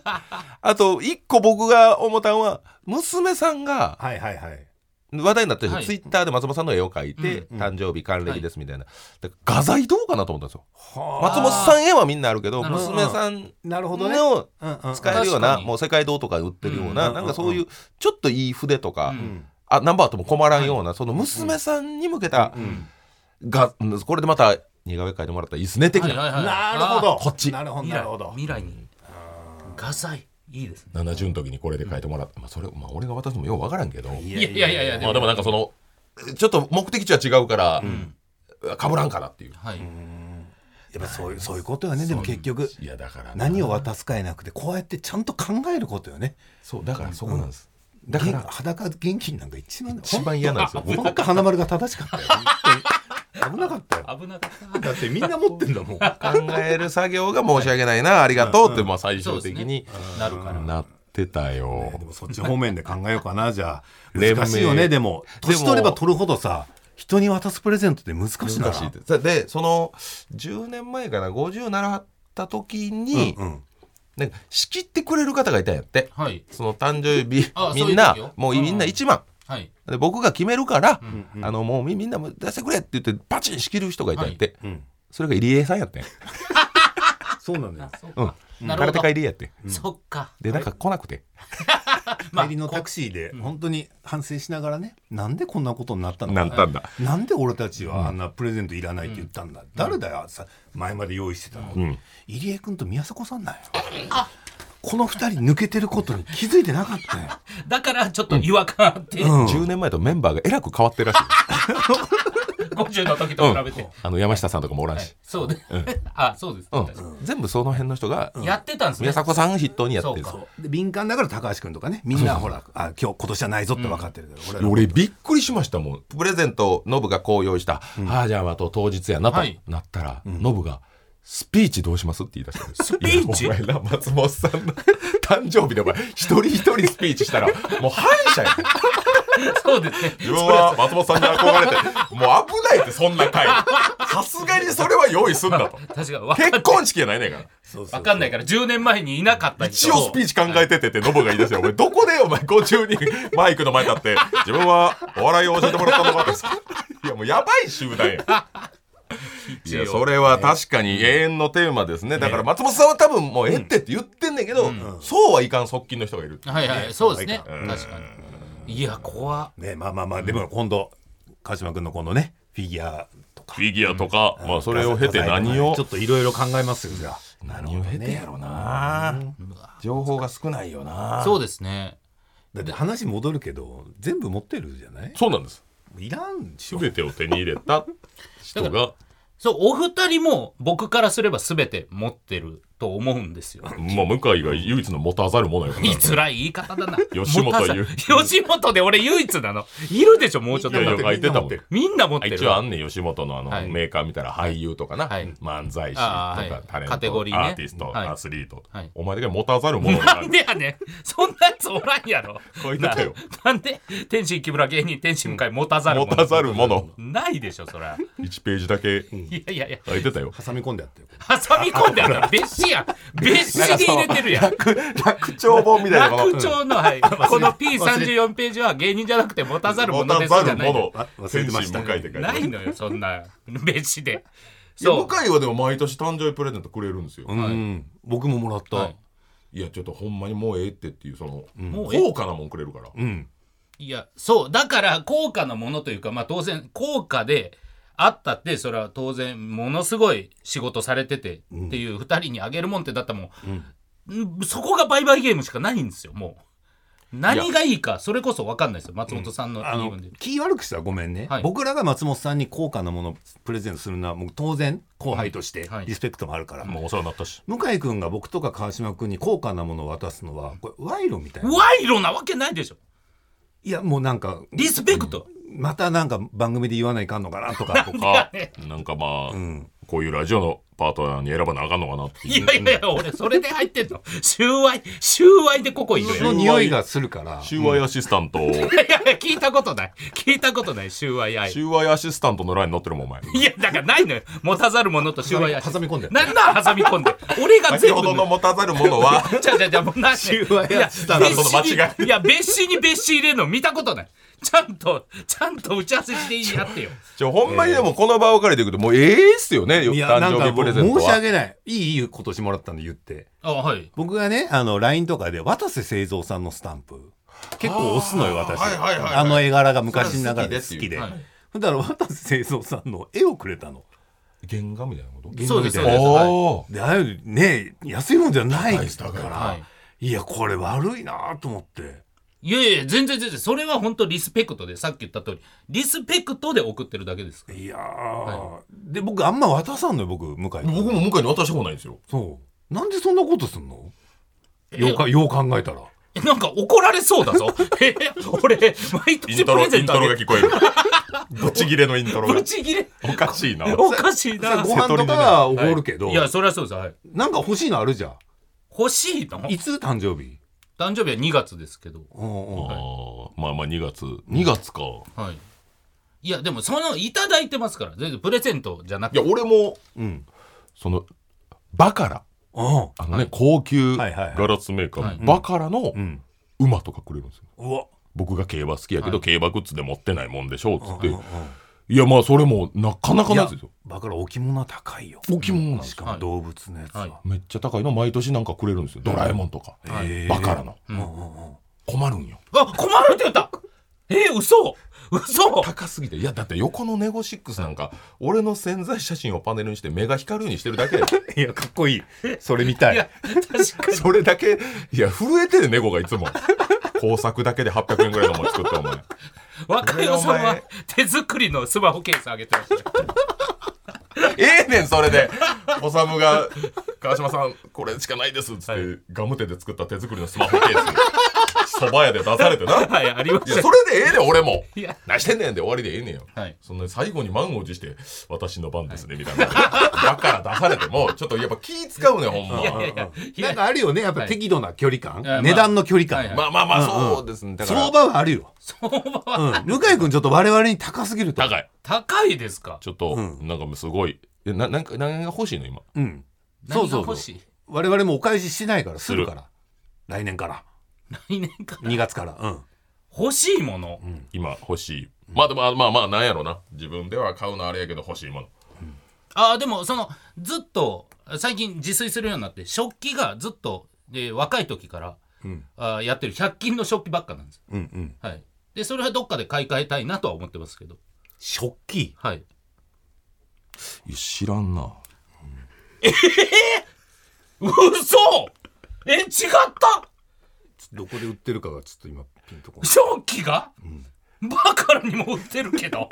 A: あと、一個僕が思ったんは、娘さんが
C: はいはいはい
A: 話題になってるん
B: は
A: で
B: い
A: すよ。ツイッターで松本さんの絵を描いて、
C: うん
A: 誕生日還暦ですみたいな。で画材どうかなと思ったんですよ。
C: は
A: 松本さん絵はみんなあるけど、
B: なるほど
A: 娘さん
C: あなるほどね
A: の
C: うんうん
A: 使えるよ
B: 確
A: うな、
B: かに
A: もう世界堂とかで売ってるような、
C: うん
A: なんかそういう、ちょっといい筆とか
B: う、
C: うん
A: あ、ナンバーとも困らんような、その娘さんに向けた
C: うん
A: が、うんこれでまた似顔絵描いてもらったらいいですね、的
B: はいはい
A: な。
B: はい
C: なるほど
B: あ
A: こっち
C: なるほ
B: ー
C: ど
B: 未
C: なる
B: 来
C: ほど
B: 未来に画材いいですね
A: 70の時にこれで描いてもらった。まあ、それ、まあ、俺が渡すのもようわからんけど。
B: いやいやいやいや
A: まあでもなんかそのちょっと目的地は違うから、かぶらんからっていう
B: はい、
C: やっぱそういうそういうことよねでも結局
A: いやだから
C: 何を渡すかやなくてこうやってちゃんと考えることよね
A: そうだからそこなんです、だ
C: だ
A: か
C: からら裸現金なんか一番
A: 一番嫌なんですよ
C: ほんと花丸が正しかったよ本当に危なかったよ
B: 危なかった
C: だってみんな持ってんだもん
A: 考える作業が申し訳ないなありがとうってまあ最終的に
B: なるから
A: なってたよ
C: ね *laughs* でもそっち方面で考えようかなじゃあ
A: 連盟
C: 難しいよねでも
A: でも
C: 年取れば取るほどさ人に渡すプレゼントって難しいな
A: 難しいってでその10年前かな50習った時に、
C: うんうん
A: なんか仕切ってくれる方がいたんやって
B: はい
A: その誕生日
B: あ
A: みんな
B: そういう時よ
A: もうみんな1万、
B: はい
A: で僕が決めるから、
C: うん
A: あのもうみみんなもう出してくれって言ってバチン仕切る人がいたんやって、
C: うん
A: それが入江さんやってん
C: そうなんだよ
A: うん
B: なるほ
A: 空手
B: ど
A: 会でやって
B: そっか
A: でなんか来なくて
B: まあ
C: 帰りのタクシーで本当に反省しながらねなんでこんなことになったの
A: な
C: か
A: ったんだ
C: なんで俺たちはあんなプレゼントいらないって言ったんだ、誰だよさ前まで用意してたの、
A: ん
C: 入江君と宮迫さんなんよこの二人抜けてることに気づいてなかったよ、
B: だからちょっと違和感あって、
C: うん
A: 10年前とメンバーがえらく変わってるらしい
B: *laughs* 50の時と比べて、
A: あの山下さんとかもおらんし
B: そうで、 *laughs* あそうです、
A: うん
B: 確か
A: 全部その辺の人が
B: にやってたんですね
A: 宮迫さん筆頭にやってる
B: そうか
C: で敏感だから高橋君とかねみんなほらあ今日今年はないぞって分かってるけど、俺ら
A: 俺びっくりしましたもんプレゼントノブがこう用意した「ああじゃああと当日やな」と
B: はい
A: なったらノブが「スピーチどうします?」って言い出したんですス
B: ピーチ
A: お前ら松本さんの *laughs* 誕生日でお前一人一人スピーチしたらもう反社や
B: そうですね
A: 自分は松本さんに憧れてもう危ないってそんな回さすがにそれは用意すんだ *laughs* と
B: 確かわかん
A: 結婚式やないねんから
C: そうそう
B: わかんないから10年前にいなかった人
A: 一応スピーチ考えててってノブが言い出して俺どこでお前50人マイクの前立って自分はお笑いを教えてもらったのかっていやもうやばい集団やいやそれは確かに永遠のテーマですねだから松本さんは多分もうええってって言ってんねんけど、そうはいかん側近の人がいる
B: はいはいそうですね
A: うん
B: 確かにいや怖っ
C: ねまあまあまあでも今度鹿島君のこのねフィギュアとか
A: フィギュアとか、まあそれを経て何を
C: ちょっといろいろ考えますよじゃあ
A: 何を経てやろな、情報が少ないよな
B: そうですね
C: だって話戻るけど全部持ってるじゃない
A: そうなんです
C: いらんでしょ
A: 全てを手に入れた *laughs* 人が
B: そうお二人も僕からすれば全て持ってると思うんですよ
A: まあ向井が唯一の持たざるものやから
B: いつらい言い方だな
A: *laughs* 吉本言う
B: 持たさ *laughs* 吉本で俺唯一なのいるでしょもうちょっと
A: いやいや書いてたもん
B: みんな持ってる
A: 一応あんねん吉本のあの、
B: はい
A: メーカー見たら俳優とかな、
B: はい
A: 漫才師と
B: あーは
A: か
B: い
A: タレント
B: カテゴリーね
A: アーティスト、
B: はい
A: アスリート、
B: はい
A: お前だけ持たざるものがあ
B: なん
A: る
B: でやねんそんなやつおらんやろ
A: 書いてたよ
B: ななんで天心木村芸人天心向井持たざる
A: 持
B: も
A: た
B: の
A: ざるもの
B: ないでしょそりゃ
A: 1ページだけ
B: いやいやいや
A: 書いてたよ
C: 挟み込んであってよ
B: 挟み込んでやったら別紙や別紙に入れてるやん
A: 楽楽長本みたいなこ
B: 楽
A: の
B: 長の、はい、この P34 ページは芸人じゃなくて持たざるものですじゃないの
A: 持たざる者
C: 忘れてました
A: 天心向井って書いてあ
B: な
A: る
B: いのよそんな別紙で
A: いや
B: そう
A: 向井はでも毎年誕生日プレゼントくれるんですよ、
C: うん、僕ももらった、
B: はい
A: いやちょっとほんまにもうええってっていうその、
B: もうええ
A: 高価なもんくれるから
C: うん
B: いやそうだから高価なものというかまあ当然高価であったってそれは当然ものすごい仕事されててっていう2人にあげるもんってだったらもう、んそこが売買ゲームしかないんですよもう何がいいかそれこそ分かんないですよ松本さんの
C: あ
B: 言い
C: の
B: 分で、
C: 気悪くしたらごめんね、
B: はい
C: 僕らが松本さんに高価なものをプレゼントするのはもう当然後輩として
B: はい
C: リスペクトもあるから、
A: もうお世話になったし
C: 向井君が僕とか川島君に高価なものを渡すのはこれ賄賂みたいな
B: 賄賂なわけないでしょ
C: いやもうなんか
B: リスペクト、
C: またなんか番組で言わないかんのかな
A: *laughs*
C: とか僕
A: あ
B: いやね
A: なんかまあ、
C: ん
A: こういうラジオのパートナーに選ばなあかんのかなっていう
B: いやいやいや俺それで入ってんの収賄収賄でここいるやん
C: の匂いがするから
A: 収賄アシスタント、
B: いやいや聞いたことない聞いたことない収賄愛
A: 収賄アシスタントのラインに乗ってるもんお前
B: いやだからないのよ持たざる者と収賄愛
C: 挟み込んで
B: なんなん挟み込んで俺が
A: 先
B: 全部
A: ほどの持たざるものは
B: *laughs* じゃじゃじゃもうなんで
C: 収賄
B: いや
C: 愛したら
B: 別紙に
A: その間違
B: いや別紙に別紙入れるの見たことないちゃんとちゃんと打ち合わせしてやってよ
A: ちょほんまにでもこの場を借りていくともうええっすよねよ
C: いや
A: 誕
C: なん
A: 生
C: か
A: 日プ
C: も
A: レ
C: う
A: ゼント
C: 申し
A: は
C: 訳ないいいいい今年もらったんで言って
B: あはい
C: 僕がねあの LINE とかで渡瀬製造さんのスタンプ結構押すのよ
A: あー
C: 私、
A: はいはいはいはい
C: あの絵柄が昔ながらで好
A: それは好き
C: き
A: でよ
C: です
B: はい
C: ほんだら渡瀬製造さんの絵をくれたの
A: 原画みたいなこと
B: そうですそうですはい
A: おー
C: でああいうね安いもんじゃ
A: 高
C: ない
A: い
C: か
A: です高いです
C: ら、
B: はい
C: い、やこれ悪いなと思って
B: いやいや全然全然それは本当リスペクトでさっき言った通りリスペクトで送ってるだけですから
C: いやー、で僕あんま渡さんのよ僕向井君
A: 僕も向井に渡したことないんですよ
C: そうなんでそんなことすんの
B: え
C: ようかよう考えたら
B: えなんか怒られそうだぞ。え俺、毎
A: *laughs* イ
B: 年
A: ン
B: プ
A: トロイ
B: レゼ
A: ン
B: ント
A: ト
B: あ
A: ロ
B: げ
A: が
B: る。
A: 聞こえるぶち切れのイントロが
B: ぶち切れ。
A: おかしいな
B: おかしいな。
C: ご飯とかはおごるけど、
B: はいいや、そりゃそうです。はい。
C: なんか欲しいのあるじゃん
B: 欲しいの
C: いつ誕生日
B: 誕生日は2月ですけど。
C: うんうん
A: あーまあまあ2月2月か
B: はい。いや、でも、その、いただいてますから。全然プレゼントじゃなく
A: い
B: て。
A: や俺も
C: うん
A: そのバカラ
C: うん
A: あのね、高級
C: は
A: ガ
C: いはいはい
A: ラスメーカー、
B: はい
A: バカラの
C: ん
A: 馬とかくれるんですよ
C: うわ
A: 僕が競馬好きやけど、競馬グッズで持ってないもんでしょうっつって、
C: うんうん
A: いやまあそれもなかなかのやつですよ
C: バカラ置物は高いよ
A: 置物なんです
C: しか
B: は
C: も
B: い
C: 動物のやつは、
B: はい
A: めっちゃ高いの毎年なんかくれるんですよドラえもんとか、
C: はいへー
A: バカラの、
C: うんうんうん
A: 困るんよ
B: あ、困るって言ったえ、嘘嘘
A: 高すぎていやだって横のネゴシックスなんか俺の潜在写真をパネルにして目が光るようにしてるだけや
C: *laughs* いやかっこいいそれみたい
B: いや、確かに。
A: それだけいや震えてる猫がいつも工作だけで800円ぐらいのもの作ってお前
B: 若代さん
A: お
B: は
A: 前
B: 手作りのスマホケースあげてましたよ。
A: ええねんそれでおさむが「川島さんこれしかないです」っつって、ガムテで作った手作りのスマホケースそば屋で出されてな
B: *laughs* はい、ありま
A: い
B: し
A: や
B: た
A: そ。れでええねん俺も
B: いや
A: 何してんねんで終わりでええねんよ、
B: はい
A: そんな最後に満を持して「私の番ですね」みたいな、だから出されてもちょっとやっぱ気使うねんほんま
B: いやいやいやい
C: な
B: や
C: ん。かあるよねやっぱ
B: はい
C: 適度な距離感、
B: いやまあ
C: 値段の距離感、
B: はいはい
A: まあまあまあそうですねだから
C: 相場はあるよ
B: 相場は
C: うん、向井君ちょっと我々に高すぎると
A: 高い
B: 高いですか
A: ちょっと、なんかもうすごいえななんか何が欲しいの今
C: うんそ
B: 何
C: う
B: が
C: そう
B: 欲
C: そ
B: し
C: う
B: い
C: 我々もお返ししないからするから来年から
B: 来年から
C: 2月からうん
B: 欲しいもの、
A: 今欲しいまあでもあまあまあなんやろな自分では買うのあれやけど欲しいもの
B: ああでもそのずっと最近自炊するようになって食器がずっと、えー若い時から、あーやってる100均の食器ばっかなんです、
C: うんうん
B: はい、でそれはどっかで買い替えたいなとは思ってますけど
C: 食器
B: はい
A: いや知らんな
B: 嘘え違った
C: どこで売ってるかがちょっと今ピンとこ
B: 食器が、バカラにも売ってるけど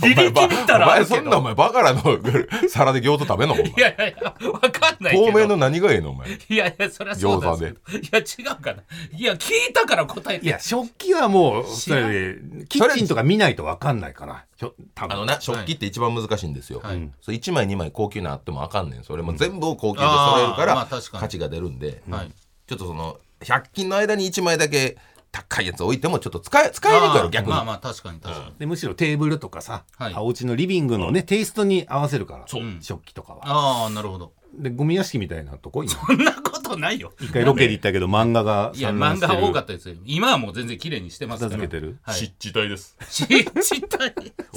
B: 履
A: お前ば
B: 歴見たらあるけ
A: お前そんな
B: ど
A: お前バカラの *laughs* 皿で餃子食べんのほんま
B: いやいやいや分かんないけど
A: 透明の何がええのお前
B: いやいやそりゃそうなんですけどいや違うかないや聞いたから答えて
C: いや食器はもう
B: 知
C: そ
B: らん
C: れでキッチンとか見ないと分かんないからひょ多
A: あ
C: 分
A: のな食器って一番難しいんですよ、
B: はい
A: うんそう1枚2枚高級なあってもあかんねんそれも全部を高級で
B: あー
A: 揃えるから、
B: まあ確かに
A: 価値が出るんで、
B: はい
A: ちょっとその100均の間に1枚だけ高いやつ置いてもちょっと使え使えにくいやろ逆に、
B: まあまあ確かに確かに、
C: でむしろテーブルとかさ、
B: はい
C: お家のリビングのねテイストに合わせるから
A: そう
C: 食器とかは
B: ああなるほど
C: でゴミ屋敷みたいなとこ今
B: そんなことないよ
C: 一回ロケで行ったけど漫画が
B: いや
C: 散乱
B: 漫
C: して
B: 画
C: る
B: は多かったですよ今はもう全然綺麗にしてます
C: 片
B: から
C: 付けてる
B: はい
A: 湿地帯です
B: ちちったい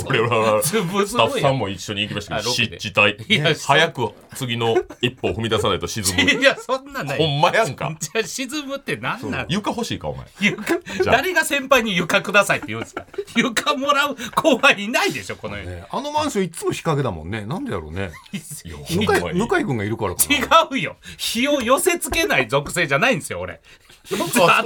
A: 俺はス
B: つぶす
A: タッ
B: ご
A: フ
B: い
A: さ
B: や
A: んも一緒に行きましたけど
B: あロケ
A: 湿
B: で
A: 地帯
B: いや
A: 早く次の一歩を踏み出さないと沈む
B: *laughs* いやそんなんない
A: ほんまやんか
B: じゃあ沈むって何なん
A: 床欲しいかお前
B: 床
A: じゃあ
B: 誰が先輩に床くださいって言うんですか床もらう後輩いないでしょこの世に、
C: ねあのマンションいつも日陰だもんねなんでだろうね
A: ほ
C: 向
A: ん
C: 井
A: まに
C: 向井君がいるからかな
B: 違うよ日を寄せつけない属性じゃないんですよ俺当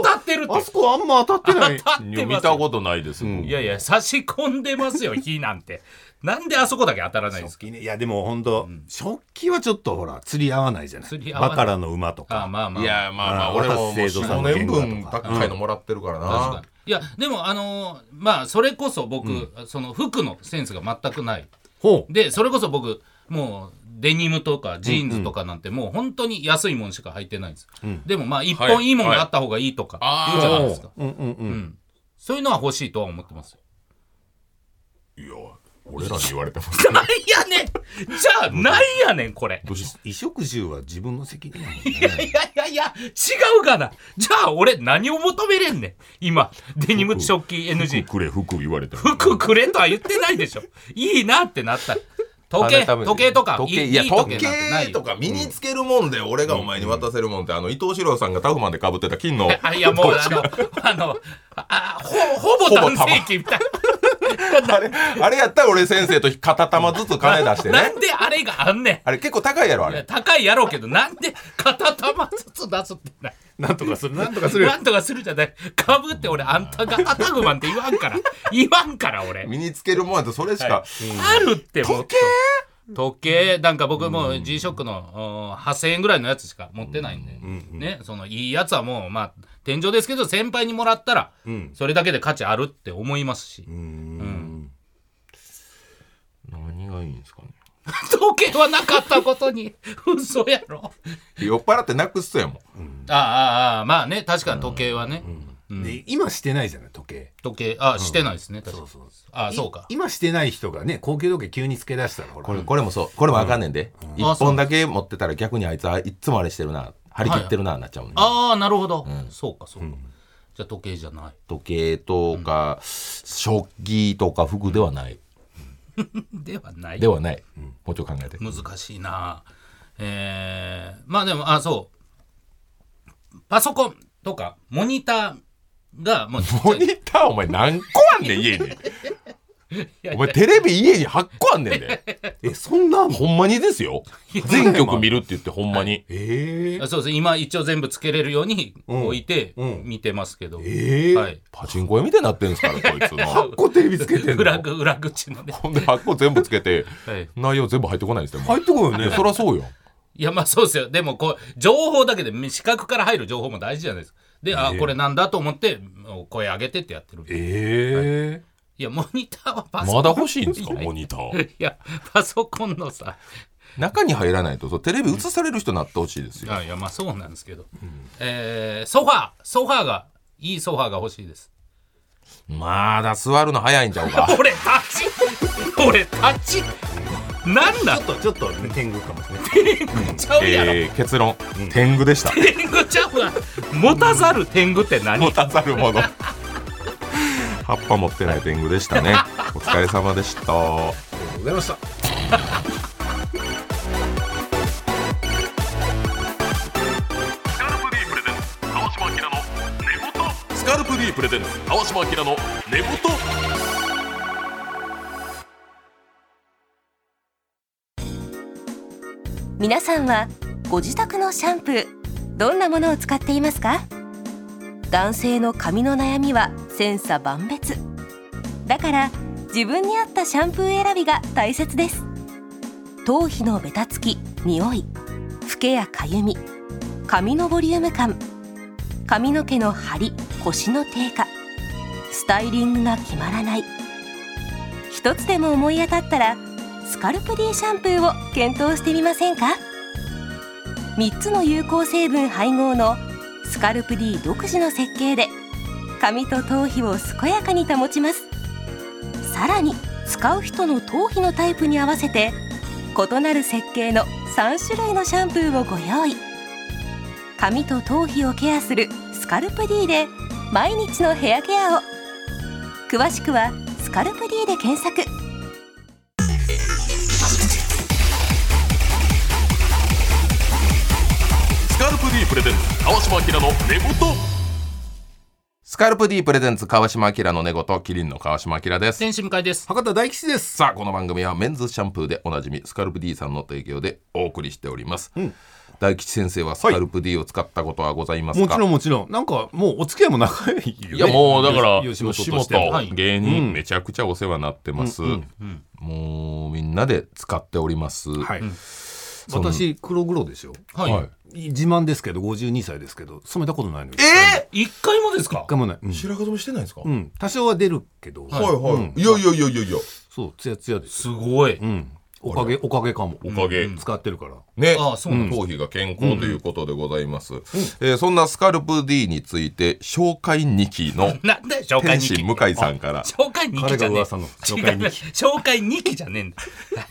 B: たってるって
C: あそこあんま当たってない
B: 当たってますよ
A: 見たことないです
C: うん
B: いやいや差し込んでますよ日なんてなんであそこだけ当たらないんです
C: 食
B: か
C: 器ねいやでも本当、食器はちょっとほら釣り合わないじゃない
B: 釣り合わな
C: バ
B: い
C: カラの馬と
B: あ
C: か
B: まあまあ
A: いやまあま
C: あ
A: あ
C: ー
A: 俺ももう
C: 渡瀬戸さ
A: 4
C: んの原
A: 年
C: 画とか
A: 分高いのもらってるから
B: 確か
A: な
B: にいやでもあのーまあそれこそ僕、その服のセンスが全くない
C: ほう
B: でそれこそ僕もうデニムとかジーンズとかなんてもう本当に安いもんしか履いてないんです、でもまあ一
A: はい
B: 本いいもんがあった方がいいとか
A: は
B: 言
A: い
B: うじゃないですか、
C: うんうんうん、
B: うん、そういうのは欲しいとは思ってますよ
A: いや俺らに言われても
B: *laughs* *laughs* なんやねんじゃあなんやねんこれ
A: どうし
C: 衣食住は自分の責任やもん
B: *laughs* いやい
C: ね
B: やいやいや違うがなじゃあ俺何を求めれんねん今デニム食器 NG
A: くれ服言われても
B: 服くれとは言ってないでしょいいなってなったら時計
A: 改めて
B: 時計とか
A: 時計
B: い
A: いや
B: いい
A: 時
B: なんてない
A: 計
B: よ
A: とか身につけるもんで、俺がお前に渡せるもんって、あの伊藤四郎さんがタフマンでかぶってた金の
B: *laughs* あいやもうあのあのあほほぼ男性器みたい
A: あれあれやったら俺先生と片玉ずつ金出して
B: な、な
A: ね
B: んであれがあんね
A: あれ結構高いやろあ
B: んいや
A: れ
B: 高いやろうけどなんで片玉ずつ出すって *laughs* な
C: なんとかするなんとかする
B: なんとかするじゃないかぶって俺あんたがアタグマンって言わんから言わんから俺
A: 身につけるもんやとそれしか、
B: あるっても時計時計なんか僕もう G ショックのうん8,000円ぐらいのやつしか持ってないんで、ねそのいいやつはもうまあ天井ですけど先輩にもらったら
C: ん
B: それだけで価値あるって思いますし、
C: うん
A: 何がいいんですかね
B: 時計はなかったことに
C: *laughs*
B: 嘘やろ
A: 酔っ払ってなくすとやもん
B: ああああまあね確かに時計はね、
C: で今してないじゃない時計
B: 時計ああしてないですね、確か
C: そう
B: に
C: そう
B: ああそうか
C: い今してない人がね高級時計急につけ出したらほら
A: これこれもそうこれもあかんねんで、一
B: あそう
A: 本だけ持ってたら逆にあいつはいっつもあれしてるな張り切ってるな、なっちゃうね
B: ああなるほど、そうかそうか、じゃあ時計じゃない
A: 時計とか、食器とか服ではない、
B: ではない
A: ではない、もうちょっと考えて、
B: 難しいなえー、まあでもあそうパソコンとかモニターがもうちっちゃ
A: モ
B: いい
A: ニターお前何個あんねん家に
B: や
A: お前テレビ家に8個あんねんで
C: えそんなん
A: ほんまにですよ全曲見るって言ってほんまに
C: えー、
B: あそうです今一応全部つけれるように
C: ん
B: 置いて
C: うん
B: 見てますけど、
C: えー
B: はい
A: パチンコ屋みたいになってんすからこいつの
C: 8個テレビつけてんの
B: 裏
C: 入
B: 口裏口
C: *laughs*
B: のね、
A: ほんで8個全部つけて
B: はい、
A: 内容全部入ってこないんですよもう
C: ってこいよね
A: そりゃそうよ
B: いやまあそうですよでもこう情報だけで視覚から入る情報も大事じゃないですかで、あこれなんだと思ってもう声上げてってやってる
C: え
B: いやモニターはパソコ
A: ま
B: ン
A: だ欲しいんですかモニター
B: いやパソコンのさ
A: 中に入らないとそうテレビ映される人になってほしいですよ
B: あいやまあそうなんですけど、えーソファーソファーがいいソファーが欲しいです
A: まだ座るの早いんちゃう
B: *laughs*
A: か
B: 俺立ち俺立ちなん
C: ー
B: だ
C: ちょっとちょっとね天狗か
B: *laughs*
C: もしれない
B: ちゃうやろ、
A: えー結論天狗でした
B: 天狗ちゃうわ持たざる天狗って何
A: 持たざるもの葉っぱ持ってない天狗でしたねお疲れ様でした
C: ありがとうございました
A: スカルプ D プレゼンツ川島明の寝言
D: 皆さんはご自宅のシャンプーどんなものを使っていますか男性の髪の悩みは千差万別だから自分に合ったシャンプー選びが大切です頭皮のベタつき、匂い、フケやかゆみ、髪のボリューム感髪の毛の張り、腰の低下スタイリングが決まらない一つでも思い当たったらスカルプ D シャンプーを検討してみませんか3つの有効成分配合のスカルプ D 独自の設計で髪と頭皮を健やかに保ちますさらに使う人の頭皮のタイプに合わせて異なる設計の3種類のシャンプーをご用意髪と頭皮をケアするスカルプ D で毎日のヘアケアを詳しくは「スカルプ D」で検索
A: スカルプ D プレゼンツ川島明の寝言スカルプ D プレゼンツ川島明の寝言キリンの川島明です
B: 選手向かいです
C: 博多大吉です
A: さあこの番組はメンズシャンプーでおなじみスカルプ D さんの提供でお送りしております、大吉先生はスカルプ D を使ったことはございますか、
C: もちろんもちろんなんかもうお付き合いも長いよ、ね、
A: いやもうだから
C: 吉
A: 吉
C: 本
A: 本
C: としても
B: はい
A: 芸人めちゃくちゃお世話になってます、もうみんなで使っております、
C: はい、私黒黒でしょ
B: はい、
A: はい
C: 自慢ですけど52歳ですけど染めたことないのよ
A: え
B: 一回もですか
C: 一回もない、うん
A: 白髪染めしてないんですか、
C: うん多少は出るけど、
A: はいはい、いやいやいやいやいや
C: そうツヤツヤです
B: すごい、
C: うんおかげおかげかも
A: おかげ、
C: 使ってるから
A: ね、
B: ああそうなんです
A: 頭皮が健康ということでございます、えーそんなスカルプ D について紹介日記の
B: なんで紹介
A: 天
B: 日記
A: 心向井さんから
B: 紹介日記じゃねえ
C: 彼が噂の紹介日
B: 違う紹介日記じゃねえんだ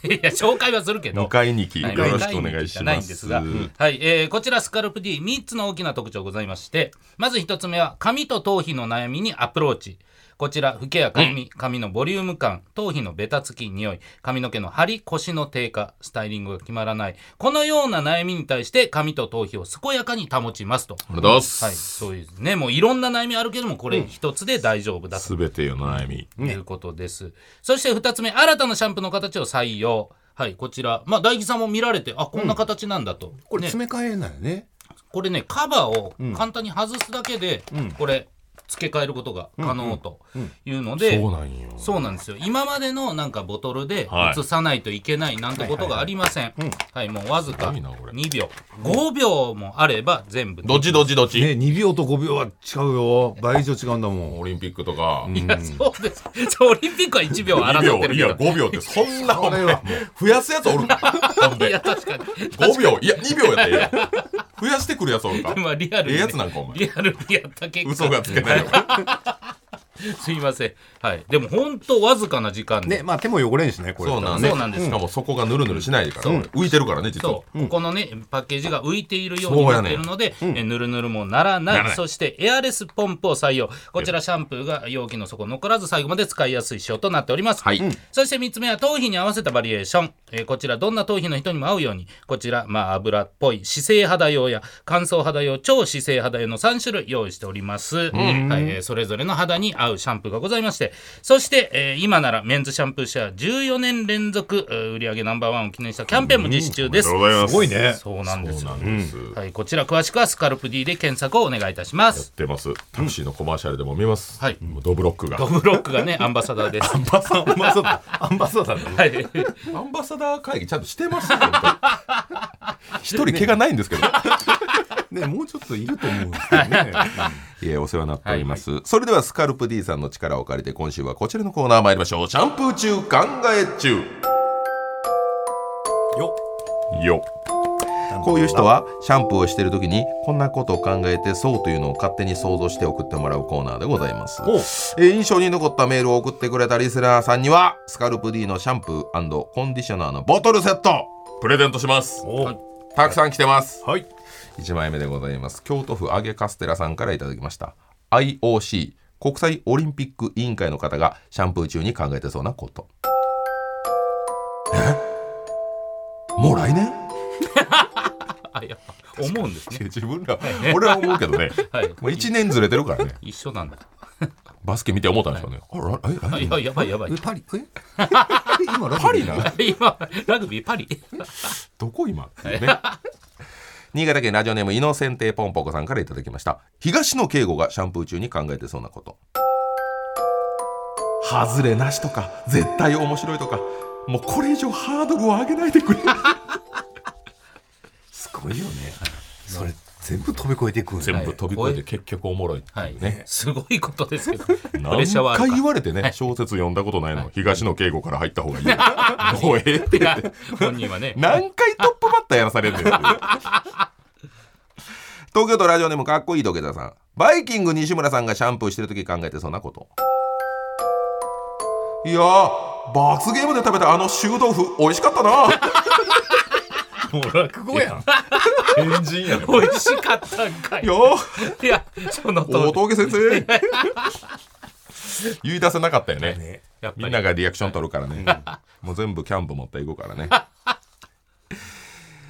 B: いや紹介はするけど
A: 向井日記よ
B: はい
A: ろしくお願いし
B: ない
A: ま
B: んです
A: す
B: が、はい、えーこちらスカルプ D3 つの大きな特徴ございまして、まず1つ目は髪と頭皮の悩みにアプローチ。こちら、フケや髪、髪のボリューム感、頭皮のベタつき、匂い、髪の毛の張り、腰の低下、スタイリングが決まらない。このような悩みに対して、髪と頭皮を健やかに保ちますと。
A: ありがとうございます、
B: はい、そうですね。もういろんな悩みあるけども、これ一つで大丈夫だと
A: すべての悩み
B: ということです。そして2つ目、新たなシャンプーの形を採用。はい、こちら、まあ、大吉さんも見られて、あ、こんな形なんだと。
C: これ
B: ね、
C: 詰め替えないよね
B: これね、カバーを簡単に外すだけで、これ、付け替えることが可能というので、
A: そうなんよ
B: そうなんですよ今までのなんかボトルで
A: はい
B: 移さないといけないなんてことがありませんはいもうわずか
A: すごいなこれ
B: 2秒5秒もあれば全部
A: どっちどっちどっち、
C: ね2秒と5秒は違うよ倍以上違うん
A: *laughs*
C: だもん
A: オリンピックとか、
B: いや *laughs* そうですそうオリンピックは1秒
A: 2
B: 争って
A: 秒
B: る
A: い
B: け
A: や
B: ど
A: 5秒ってそんなお前
C: それはも
A: 増やすやつおるか
B: *laughs*
A: ほん
B: いや
A: で
B: 確かに
A: 5秒いや2秒やったらええやん増やしてくるやつおるか
B: まあリアルに
A: ええ
B: ね
A: やつなんかお前
B: リアルにやった結果
A: 嘘がつけないよ
B: すいませんはいでも本当わずかな時間で、
C: ねまあ手も汚れんしねこれ
A: そうなん
B: そうなんです
A: しかもそこがぬるぬるしないから、浮いてるからね実は
B: そう、ここのねパッケージが浮いているように
A: そうや
B: なっ
A: ねん
B: ているので、えぬるぬるもならない
A: ならない
B: そしてエアレスポンプを採用こちらシャンプーが容器の底残らず最後まで使いやすい仕様となっております、
A: はいうん
B: そして3つ目は頭皮に合わせたバリエーション、えーこちらどんな頭皮の人にも合うようにこちらまあ油っぽい姿勢肌用や乾燥肌用超姿勢肌用の3種類用意しております、はいえーそれぞれの肌に合うシャンプーがございましてそして、えー今ならメンズシャンプーシェア14年連続えー売上ナンバーワンを記念したキャンペーンも実施中です、
A: ます
C: ごいね
B: そうなんです
A: そう
B: よ
A: なんです、や
B: はい、こちら詳しくはスカルプ D で検索をお願いいたしま
A: っ
B: す。
A: てますタクシーのコマーシャルでも見ます、
B: はい
A: もうドブロックが
B: ドブロック
A: *laughs*
B: がね、アンバサダーです。
C: アンバサダーアンバサダーアンバサダーだね
B: はい、
A: アンバサダー会議ちゃんとしてますよ本当に *laughs* 一人毛がないんで
B: *laughs*
A: すけど
C: ねもうちょっといると思うんですけ
A: *laughs*
C: どね
A: いえお世話になっております、それではスカルプ D さんの力を借りて今週はこちらのコーナー参りましょうシャンプー中考え中
C: よ
A: よこういう人はシャンプーをしている時にこんなことを考えてそうというのを勝手に想像して送ってもらうコーナーでございます
C: お
A: えー印象に残ったメールを送ってくれたリスナーさんにはスカルプ D のシャンプーコンディショナーのボトルセットプレゼントします
C: お
A: たくさん来てます
C: はい
A: 1枚目でございます京都府揚げカステラさんからいただきました IOC 国際オリンピック委員会の方がシャンプー中に考えてそうなことえもう来年
B: あ、やっぱ思うんです
A: いや
B: ね。
A: 自分ら俺は思うけどね、
B: はい
A: もう1年ずれてるからね
B: 一緒なんだ。
A: バスケ見て思ったんでしょうね、あら
B: あ
A: え
B: いや、やばい、やばい
C: え。パリえ今ラグビー
A: パリな
B: 今、ラグビーパリ。
A: どこ今っていうね新潟県ラジオネームイノセンテポンポコさんからいただきました東野圭吾がシャンプー中に考えてそうなこと外れなしとか絶対面白いとかもうこれ以上ハードルを上げないでくれ
C: すごいよねそれ全部飛び越えていくんだね
A: 全部飛び越えて結局おもろいって
B: はいいう
A: ね、
B: すごいことですけど。プレッ
A: 何
B: シャーはある
A: 回
B: か
A: 言われてね小説読んだことないの、東野圭吾から入った方がい
B: *laughs*
A: いよもうええって
B: いや本人はね。
A: 何回トップバッターやらされるんだよ東京都ラジオネームかっこいい土下座さんバイキング西村さんがシャンプーしてる時考えてそんなこといやー罰ゲームで食べたあの臭豆腐美味しかったな
C: もう落語やん。
A: 変人やね
B: 美味しかったんかい。
A: よ
B: いや、 *laughs* その
A: 大
B: と
A: 峠先
B: *laughs*
A: 生言い出せなかったよね
C: ね
B: やっぱり
A: みんながリアクション取るからねもう全部キャンプ持っていこうからね *laughs*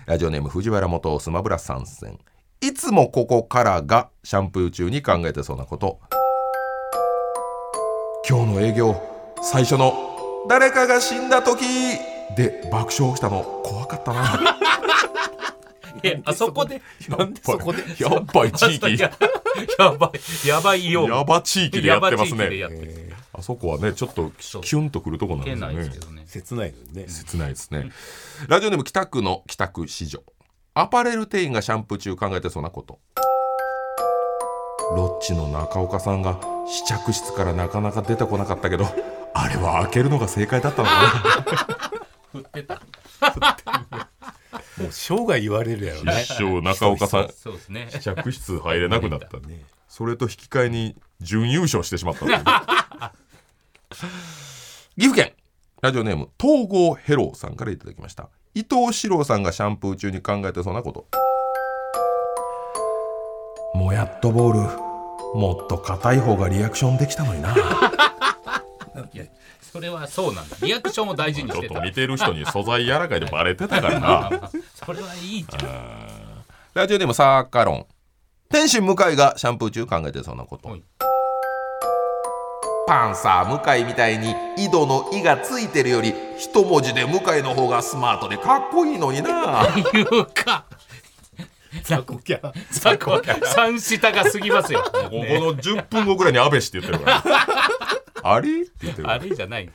A: ラジオネーム藤原元スマブラ参戦いつもここからがシャンプー中に考えてそうなこと今日の営業最初の「誰かが死んだ時」で爆笑したの怖かったな。
B: り。いやあそこで。
C: なんでそこで。
A: やっぱり
B: *laughs*
A: 地域
B: やばい、やばいよ。
A: やば地域でやってます
B: やば地域でや
A: ね
B: ってる
A: あそこはねちょっとキ
B: そう
A: ュンとくるとこなんで
B: け
A: すよ
B: ないです
A: ね
B: けどね。
C: 切ないのね。
A: 切ないですねラジオネーム北区の北区市場アパレル店員がシャンプー中考えてそうなことロッチの中岡さんが試着室からなかなか出てこなかったけどあれは開けるのが正解だったのか
B: 振ってた。
C: もう生涯言われるやろ
A: な
C: ね。
A: *laughs* 一生中岡さん
B: そうですね。
A: 試着室入れなくなったねそれと引き換えに準優勝してしまったという岐阜県ラジオネーム東郷ヘローさんからいただきました伊藤史郎さんがシャンプー中に考えてそうなこともやっとボールもっと硬い方がリアクションできたのにな *laughs* ち
B: いやそれはそうなんだ。リアクションを大事に
A: ょ
B: し
A: ってと
B: た。
A: 似てる人に素材柔らかいでバレてたか
B: ま
A: ら
B: あ
A: な
B: まあまあそれはいいじゃん。
A: ラジオネームサーカロン天心向井がシャンプー中考えてそうなこと、
B: はい
A: パンサー向井みたいに井戸の「井」がついてるより一文字で向井の方がスマートでかっこいいのに *laughs* な
B: いうか、
C: 雑魚キャラ。
B: さこ三下が過ぎますよ。
A: この10分後ぐらいに「安倍氏」って言ってるから *laughs* あれって言ってるか
B: あ
A: ら
B: れじゃない。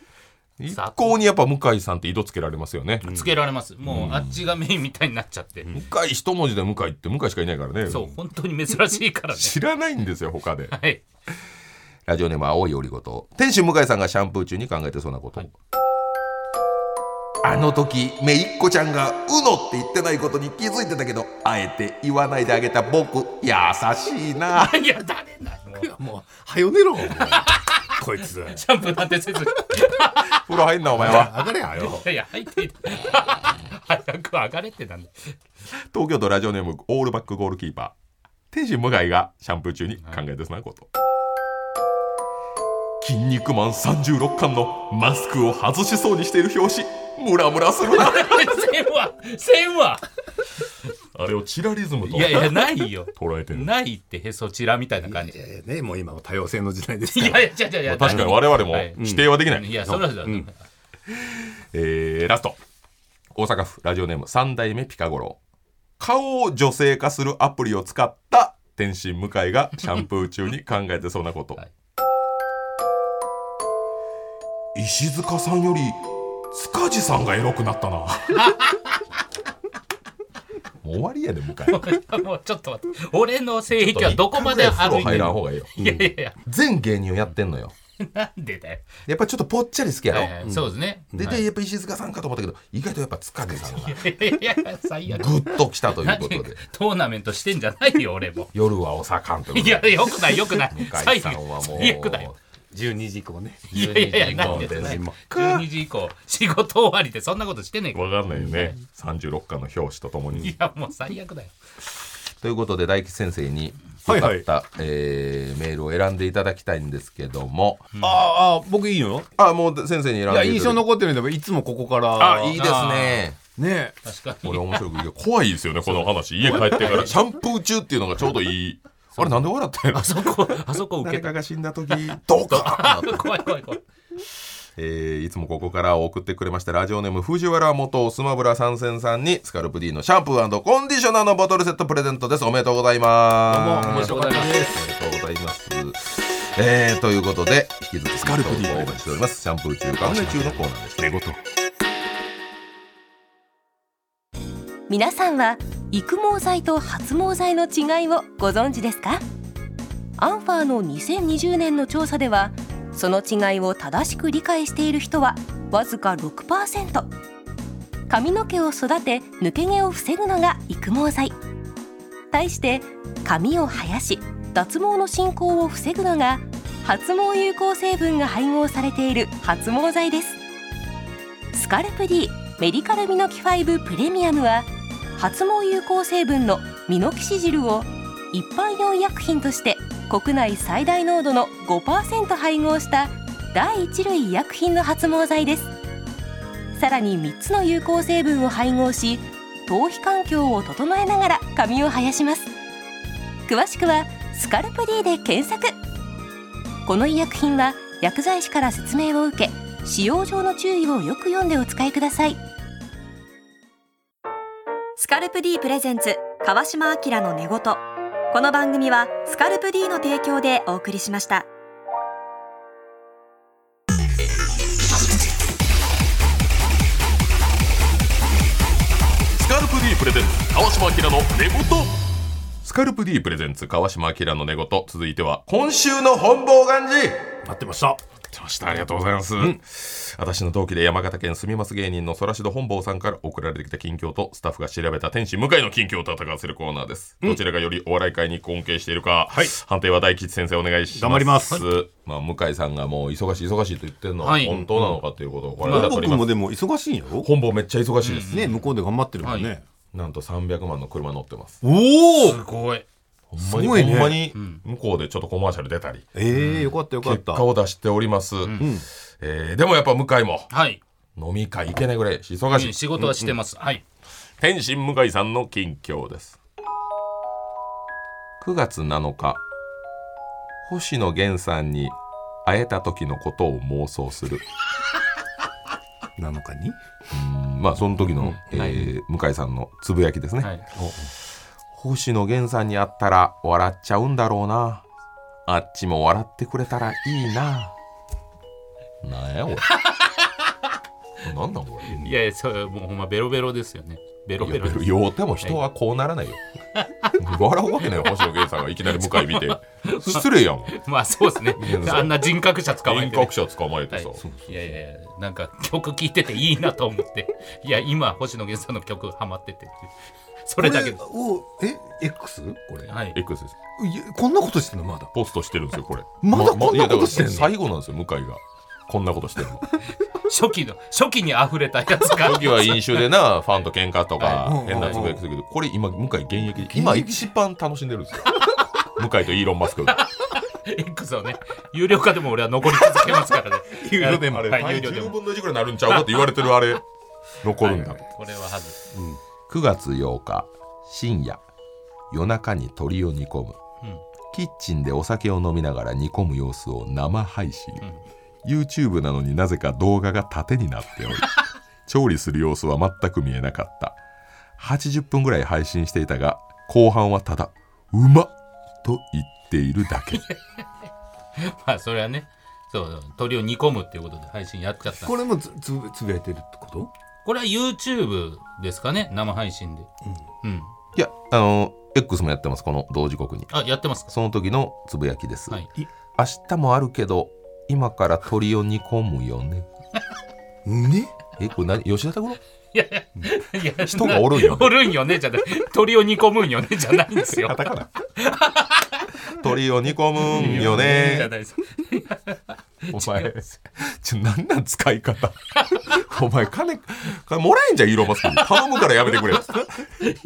A: 一向にやっぱ向井さんって井戸つけられますよね、
B: つけられます。もうあっちがメインみたいになっちゃって。
A: 向井一文字で向井って向井しかいないからね
B: そう、本当に珍しいからね。
A: 知らないんですよ他で
B: はい。
A: ラジオネーム青いオリゴ糖天心向井さんがシャンプー中に考えてそうなこと、あの時めいっ子ちゃんが「うの」って言ってないことに気づいてたけどあえて言わないであげた僕優しいな
B: いや、誰なの
C: もう、はよ寝ろ。もう *laughs* こいつ。
B: シャンプーなんてせず。
A: *laughs* 風呂入んなお前は
C: 上がれやよ
B: い。やいや、入っていた。早く上がれってなんで。
A: *laughs* 東京都ラジオネームオールバックゴールキーパー天心向井がシャンプー中に考えてそうなこと、筋肉マン36巻のマスクを外しそうにしている表紙ムラムラするな
B: せんわせんわ
A: *laughs* あれをチラリズムと
B: いやいや、ないよ。
A: 捉えてる
B: ないってへそちらみたいな感じ。い
C: いやいやね、もう今は多様性の時代です
B: や
C: か
B: いや、
C: ら。
B: 違う違う違う。
A: 確かに我々も
B: はい
A: 否定はできない、 *laughs*
B: いや、そらそうだ。
A: えーラスト大阪府ラジオネーム3代目ピカゴロ顔を女性化するアプリを使った天心向井がシャンプー中に考えてそうなこと、
B: はい
A: 石塚さんより塚地さんがエロくなったな
B: *laughs*
A: もう終わりやで向井
B: *laughs* もうちょっと待って。俺の性癖はどこまで歩いて
A: 風呂入
B: る
A: らん方がいいよ
B: いやいやいや、
A: 全芸人をやってんのよ
B: なんでだよ。
A: やっぱちょっとぽっちゃり好きやろ、
B: はいはいそうですね。
A: ででやっぱ石塚さんかと思ったけど意外とやっぱ塚地さんが
B: いやいやいや、最悪。
A: グッときたという
B: 何
A: ことで
B: トーナメントしてんじゃないよ、俺も。
A: 夜はお盛んということ
B: い
A: で
B: や、よくない、よくない。
A: 向井
B: 最
A: さん
B: 悪
A: はもう
B: 最悪だよ。
C: 12時以降ね。
B: いやいやいや、なんで
C: 12時以降
B: 12時以降、仕事終わりでそんなことしてねえか
A: わかんないよね36巻の表紙ととも
B: ら。い
A: に。
B: や、もう最悪だよ。
A: ということで大吉先生に
C: は
A: よ
C: い
A: か
C: は
A: った、
C: い
A: えーメールを選んでいただきたいんですけども、
C: あーあー、僕いいの
A: あもう先生に選んでいた
C: い
A: だ
C: や、
A: いて
C: 印象残ってるんだけどいつもここから。
A: あいいですね
C: ね
B: 確か
A: こ
B: に。
A: れ面白くいや *laughs* 怖いですよねこの話家帰って *laughs* からシャンプー中っていうのがちょうどいいあれなんで笑ったんやろ
B: あそこ、あそこ受け
A: 誰
B: た。
A: かが死んだ時 *laughs* どうか
B: 怖い怖い怖い。
A: えーいつもここから送ってくれましたラジオネーム藤原元スマブラ参戦さんにスカルプ D のシャンプーコンディショナーのボトルセットプレゼントですおめでとうございます
C: どうもおめでとうご
B: ざいます
A: おめでとうございますえーということで引き続きスカルプ D を応援しておりますシャンプー中考え中のコーナーですね
D: 皆さんは育毛剤と発毛剤の違いをご存知ですかアンファーの2020年の調査ではその違いを正しく理解している人はわずか6%髪の毛を育て抜け毛を防ぐのが育毛剤対して髪を生やし脱毛の進行を防ぐのが発毛有効成分が配合されている発毛剤ですスカルプ D メディカルミノキ5プレミアムは発毛有効成分のミノキシジルを一般用医薬品として国内最大濃度の5%配合した第一類医薬品の発毛剤ですさらに3つの有効成分を配合し頭皮環境を整えながら髪を生やします詳しくは「スカルプ D」で検索この医薬品は薬剤師から説明を受け使用上の注意をよく読んでお使いください
E: スカルプ D プレゼンツ川島明の寝言この番組はスカルプ D の提供でお送りしました
A: スカルプ D プレゼンツ川島明の寝言スカルプ D プレゼンツ川島明の寝言続いては今週の本望願寺
C: 待ってました
A: 来ましたありがとうございます、私の同期で山形県住ます芸人の空しど本坊さんから送られてきた近況とスタッフが調べた天使向井の近況を戦わせるコーナーです、どちらがよりお笑い界に尊敬しているか、
C: はい
A: 判定は大吉先生お願いします
C: 頑張ります
A: まあ、向井さんがもう忙しい忙しいと言ってるのは
B: はい
A: 本当なのかということをこれだと
C: 僕
A: ります
C: もでも忙しいよ
A: 本坊めっちゃ忙しいです、
C: ね向こうで頑張ってるもん
B: は
C: ね
A: なんと300万の車乗ってます
C: お
B: すごい
A: ほんまに
C: すごいね
A: ほんまに向こうでちょっとコマーシャル出たり
C: ええよかったよかっ
A: 結
C: た
A: 果を出しております、えーでもやっぱ向井も
B: はい
A: 飲み会行けないぐらい忙しい
B: 仕事はしてます、はい
A: 天心向井さんの近況です9月7日星野源さんに会えた時のことを妄想する
C: なのかに
A: まあその時の、えー向井さんのつぶやきですね、
B: はい
A: 星野源さんに会ったら笑っちゃうんだろうなあっちも笑ってくれたらいいななんや俺 *laughs* なんなんこれ
B: いやいやそれもうほんまベロベロですよねベロ
A: い
B: ベ
A: や
B: ロです
A: 酔っても人はこうならないよ笑うわけないよ星野源さんがいきなり向井見て失礼やん
B: *laughs* まあそうですね
A: やそう
B: あんな人格者捕まえ
A: 遠
B: てね、
A: 隔者捕まえてさ、
B: はいいやいやいやなんか曲聴いてていいなと思って *laughs* いや今星野源さんの曲ハマっててそ
C: こ
B: れだけです
C: をえ X これ
B: はい
A: X です
C: いやこんなことしてんのまだ
A: ポストしてるんですよこれ
C: まだこんなことしてんの
A: いやだから最後なんですよ向井がこんなことしてるの
B: 初期の初期に溢れたやつが
A: *laughs* 時は飲酒でなファンと喧嘩とか
C: はい
A: 変なつぶやきするけどこれ今向井現役で今一番楽しんでるんですよ向井とイーロン・マスクが
B: X をね有料化でも俺は残り続けますからね有料でも
A: あれ
B: はい有料で
A: 10
B: も
A: 分の1ぐらいになるんちゃうかって言われてるあれ残るんだ
B: これははず
A: 9月8日深夜夜中に鳥を煮込む、
B: ん
A: キッチンでお酒を飲みながら煮込む様子を生配信、YouTube なのになぜか動画が縦に
B: *laughs*
A: なっており調理する様子は全く見えなかった80分ぐらい配信していたが後半はただ「うまっ!」と言っている
B: *laughs*
A: だけ
B: まあそれはねそう鳥を煮込むっていうことで配信やっちゃった
C: これもつつぶつぶやいてるってこと
B: これは YouTube ですかね生配信でうん、
A: いやあの X もやってますこの同時刻に
B: あやってますか
A: その時のつぶやきです、
B: はい
A: 明日もあるけど今から鳥を煮込むよね
C: ね
A: えこれ何吉田拓郎
B: いやいやいや
A: 人がおるんよね
B: おるんよねじゃない鳥を煮込むんよねじゃないんですよ
A: カタカナ鳥を煮込むんよ
B: じゃな
A: ね
B: いです
A: お前ちょなんなん使い方 *laughs* お前金金もらえんじゃんイーロンマスクに頼むからやめてくれ
B: いや立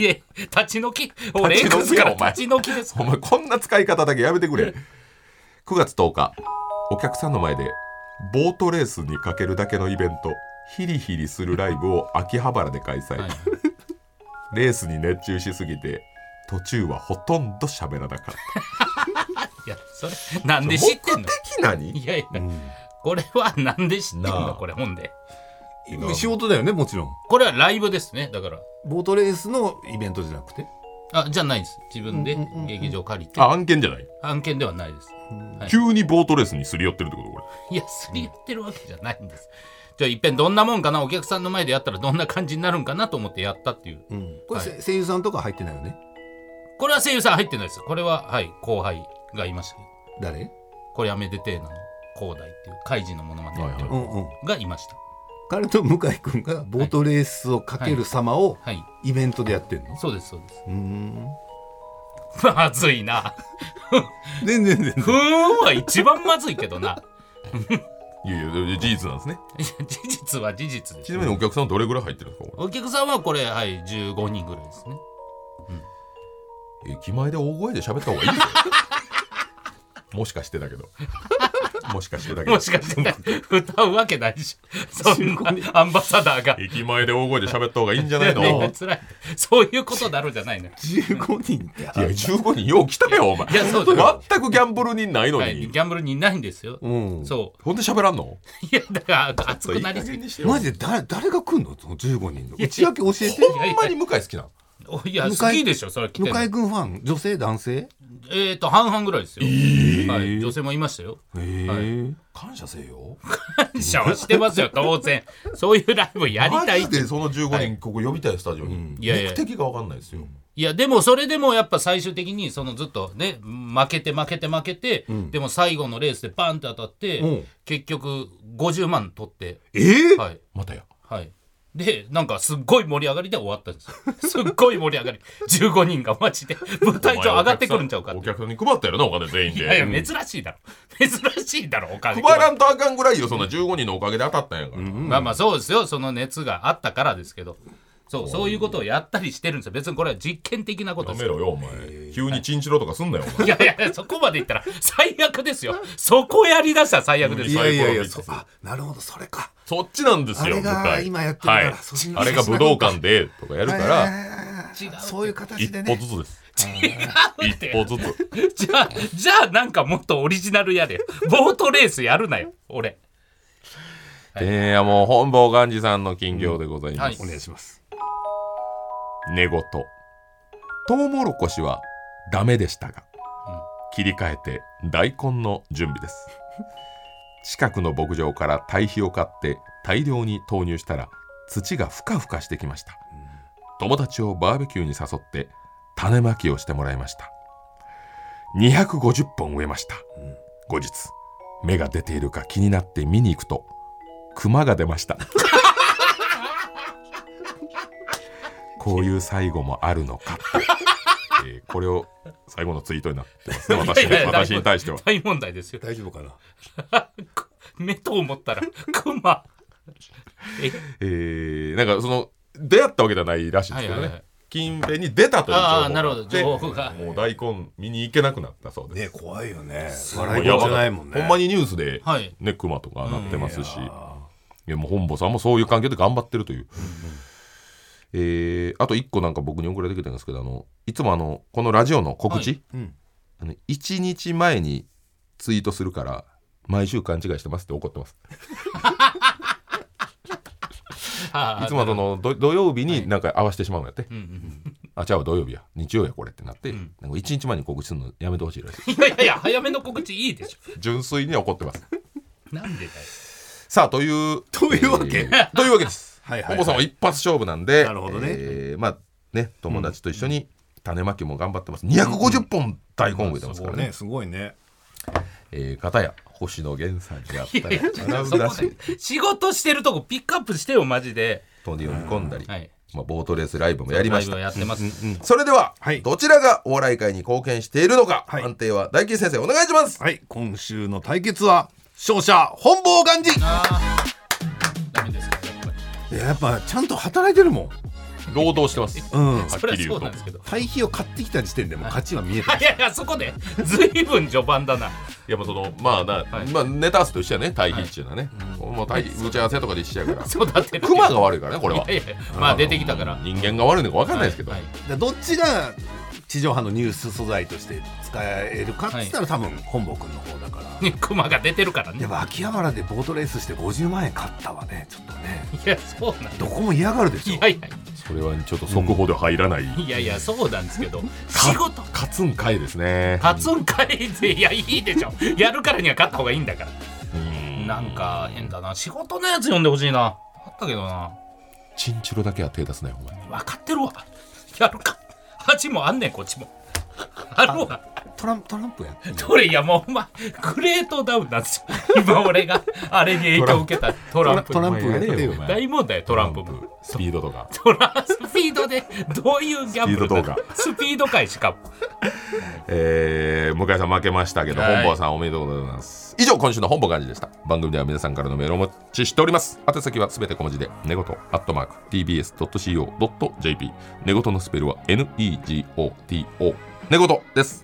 B: ち退き俺
A: 立ち退きや
B: X から
A: お前
B: 立ち退きです
A: お前こんな使い方だけやめてくれ9月10日お客さんの前でボートレースにかけるだけのイベントヒリヒリするライブを秋葉原で開催、
B: はい
A: *laughs* レースに熱中しすぎて途中はほとんど喋らなかった
B: いやそれなんで知ってんの
A: 目的何
B: いやいやこれはなんで知ってん
A: なあ
B: のこれ本で
C: 仕事だよねもちろん
B: これはライブですねだから
C: ボートレースのイベントじゃなくて
B: あじゃないです自分で劇場借りて
A: あ案件じゃない
B: 案件ではないですはい
A: 急にボートレースにすり寄ってるってことこれ
B: いやすり寄ってるわけじゃないんですじゃあいっぺんどんなもんかなお客さんの前でやったらどんな感じになるんかなと思ってやったっていう
C: これ
B: はい
C: せ声優さんとか入ってないよね
B: これは声優さん入ってないですこれははい後輩がいましたけど
C: 誰
B: これやめててーなの広大っていう怪人のものまでやってる
C: うんうん
B: がいました
C: 彼と向井君がボートレースをかける様を
B: はい
C: イベントでやってんの
B: そうですそうです
C: うーん
B: まずいな
C: 全然全然 *laughs*
B: ふーんは一番まずいけどな
A: いやいや事実なんですね
B: いや事実は事実で
A: ち
B: す
A: なみにお客さんどれぐらい入ってるんですかこ
B: お客さんはこれはい15人ぐらいですね
A: れ駅前で大声で喋った方がいいですよ *laughs* もしかしてだけどもしかしてだけど
B: もしかして歌うわけないでしょそんなアンバサダーが
A: 駅前で大声で喋った方がいいんじゃないのいや
B: ね辛いそういうことだろうじゃないのよ
C: 15人ってある
A: 15人よう来たよお前
B: いやそうだよ
A: 全くギャンブル人ないのに、
B: はいギャンブルにいないんですよ
C: うん
B: そ
A: ほんで喋らんの
B: ういやだから熱くなりすぎ
A: いい加減にしてよ
C: マジで誰誰が来んのその15人の
B: や
C: 内訳教えて
B: いやい
A: ほんまに向井好きなの
B: おいや
C: 向井
B: 好きでしょそれは来
C: 向
B: てんの
C: 井君ファン女性男性
B: えっと半々ぐらいですよはい女性もいましたよ
C: へ
B: は
C: え
A: 感謝せえよ
B: 感謝はしてますよ当然そういうライブやりたい
A: マジでその15人ここ呼びたいスタジオに、
B: いやいや
A: 目的が分かんないですよ、
B: いやでもそれでもやっぱ最終的にそのずっとね負けて負けて負けて、でも最後のレースでパンって当たって、
C: うん
B: 結局50万取って
C: えー
B: はい
A: またや
B: はいでなんかすっごい盛り上がりで終わったんですよ *laughs* すっごい盛り上がり15人がマジで舞台上上がってくるんちゃうかっ
A: お
B: て
A: 客さんに配ったよなお金全員
B: いやい
A: で
B: や珍しいだろ珍しいだろお金
A: 配らんとあかんぐらいよそんな15人のおかげで当たったんやから、
B: まあまあそうですよその熱があったからですけどそうそういうことをやったりしてるんですよ別にこれは実験的なこと
A: や
B: です
A: めろよお前急にチンチロとかすんなよお前
B: いやいや、そこまでいったら最悪ですよ。そこやりだしたら最悪で
A: い
B: す
A: や
B: よ。
A: いやいや
C: そあなるほどそれか
A: そっちなんですよ
C: あれが
A: 舞台
C: 今やってるから
A: はい
C: そっち、の
A: あれが武道館でとかやるか
C: はい
A: ら
C: はいはいはい
B: 違う
C: そういう
A: 一
C: 形で
A: 歩
C: ね
A: ずつで
B: *laughs*
A: す
B: 違うっ
A: 一
B: て
A: 歩。ずつ
B: じゃあ、じゃあなんかもっとオリジナルやれよ。ボートレースやるなよ、俺。
A: えやもう本坊寛治さんの金魚でござい
B: は
A: ま
B: い
A: す、
C: お願いします
A: 寝言トウモロコシはダメでしたが、
B: うん
A: 切り替えて大根の準備です *laughs* 近くの牧場から堆肥を買って大量に投入したら土がふかふかしてきました、友達をバーベキューに誘って種まきをしてもらいました250本植えました、後日芽が出ているか気になって見に行くと熊が出
B: *laughs*
A: ましたこういう最後もあるのかって、えーこれを最後のツイートになってますね私
B: いやいや
A: 私に対しては。
B: 大問題ですよ。
C: 大丈夫かな
B: 目と思ったら、クマ。
A: えーなんかその出会ったわけじゃないらしいんですけどね、
B: はいはいはい
A: 近辺に出たという情報が
B: あーなるほど情報が
A: もう大根見に行けなくなったそうです。
C: ね怖いよね
A: もう
C: 笑い事じゃないもん
A: やばかった
C: ね
A: ほんまにニュースで、
B: はい
A: ね、熊とかなってますし、い
C: あ
A: やもう本坊さんもそういう環境で頑張ってるという。えーあと一個なんか僕に送られてきたんですけどあのいつもあのこのラジオの告知、
B: は
C: ーうん
A: あの1日前にツイートするから毎週勘違いしてますって怒ってますい
B: い
A: つもそ。の土土曜日になんか合わせてしまうんやって、
B: うんうん
A: あちゃう土曜日や日曜やこれってなって、なんか1日前に告知するのやめてほしいらしい
B: いやいやいや、早めの告知いいでし
A: 純粋に怒ってます
B: ょ。なんでだよ。
A: さあという
C: というわけ
A: えーというわけです
C: はいはいはい
A: 本坊さんは一発勝負なんで
C: なるほどね
A: えーまあね友達と一緒に種まきも頑張ってます250本大根植えてます
C: そ
A: か
C: う
A: らね、
C: ねすごいね
A: えー、片や星野源さんに会った
B: いやいや
A: り学ぶらしい
B: 仕事してるとこピックアップしてよ、マジで。
A: トニーを見込んだり、
B: はい。
A: まあ、ボートレースライブもやりまし
B: ライブや
A: た
B: ってます。
A: それでは、
C: はい
A: どちらがお笑い界に貢献しているのか、
C: はい
A: 判定は大金先生お願いし
C: *laughs*
A: ます、
C: はい今週の対決は勝者本坊がんじ
B: あーダメですか、やっぱり。
C: やっぱちゃんと働いてるもん
A: 労働してます
C: うん
B: それはそうなんですけど。
C: 堆肥を買ってきた時点でもう勝ちは見えて
B: いやいや、そこで、ずいぶん序盤だな。
A: やっぱそのまあな、
B: はい
A: まあネタ合わせと一緒やね対比っていうのはね、もう対比打ち合わせとかで一緒やから
B: 育てる。
A: クマが悪いからねこれはい
B: やいや、まあ出てきたから。
A: 人間が悪いのか分かんないですけど、
B: はい
C: だからどっちが地上波のニュース素材として使えるかっつったら、多分本坊君の方だから
B: ねクマが出てるからね。
C: やっぱ秋葉原でボートレースして50万円買ったわねちょっとね
B: いや、そうなん
C: どこも嫌がるでしょ
B: いやい
A: それはちょっと速報では入らない、
B: や、いやいや、そうなんですけど、仕事。
A: 勝つんかいですね
B: 勝つんかいって、いや、いいでしょ。やるからには勝った方がいいんだから。
A: うん
B: なんか、変だな。仕事のやつ呼んでほしいな。あったけどな。
A: チンチロだけは手出すなよお前
B: 分かってるわ。やるか。恥もあんねん、こっちも。あるわ。
C: トラントランプやってる
B: どれいやもうお前グレートダウンなんですよ今俺があれに影響を受けたトランプ
C: トランプやって
A: お前やれよ
C: よ
A: お前
B: 大問題トランプも
A: スピードとか
B: トラスピードでどういうギャンブルだスピード界しかも
A: えー、向井さん負けましたけど、
B: はい
A: 本坊さんおめでとうございます以上今週の本坊幹事でした番組では皆さんからのメールをお待ちしております宛先はすべて小文字で寝言アットマーク tbs.co.jp 寝言のスペルは negoto 寝言です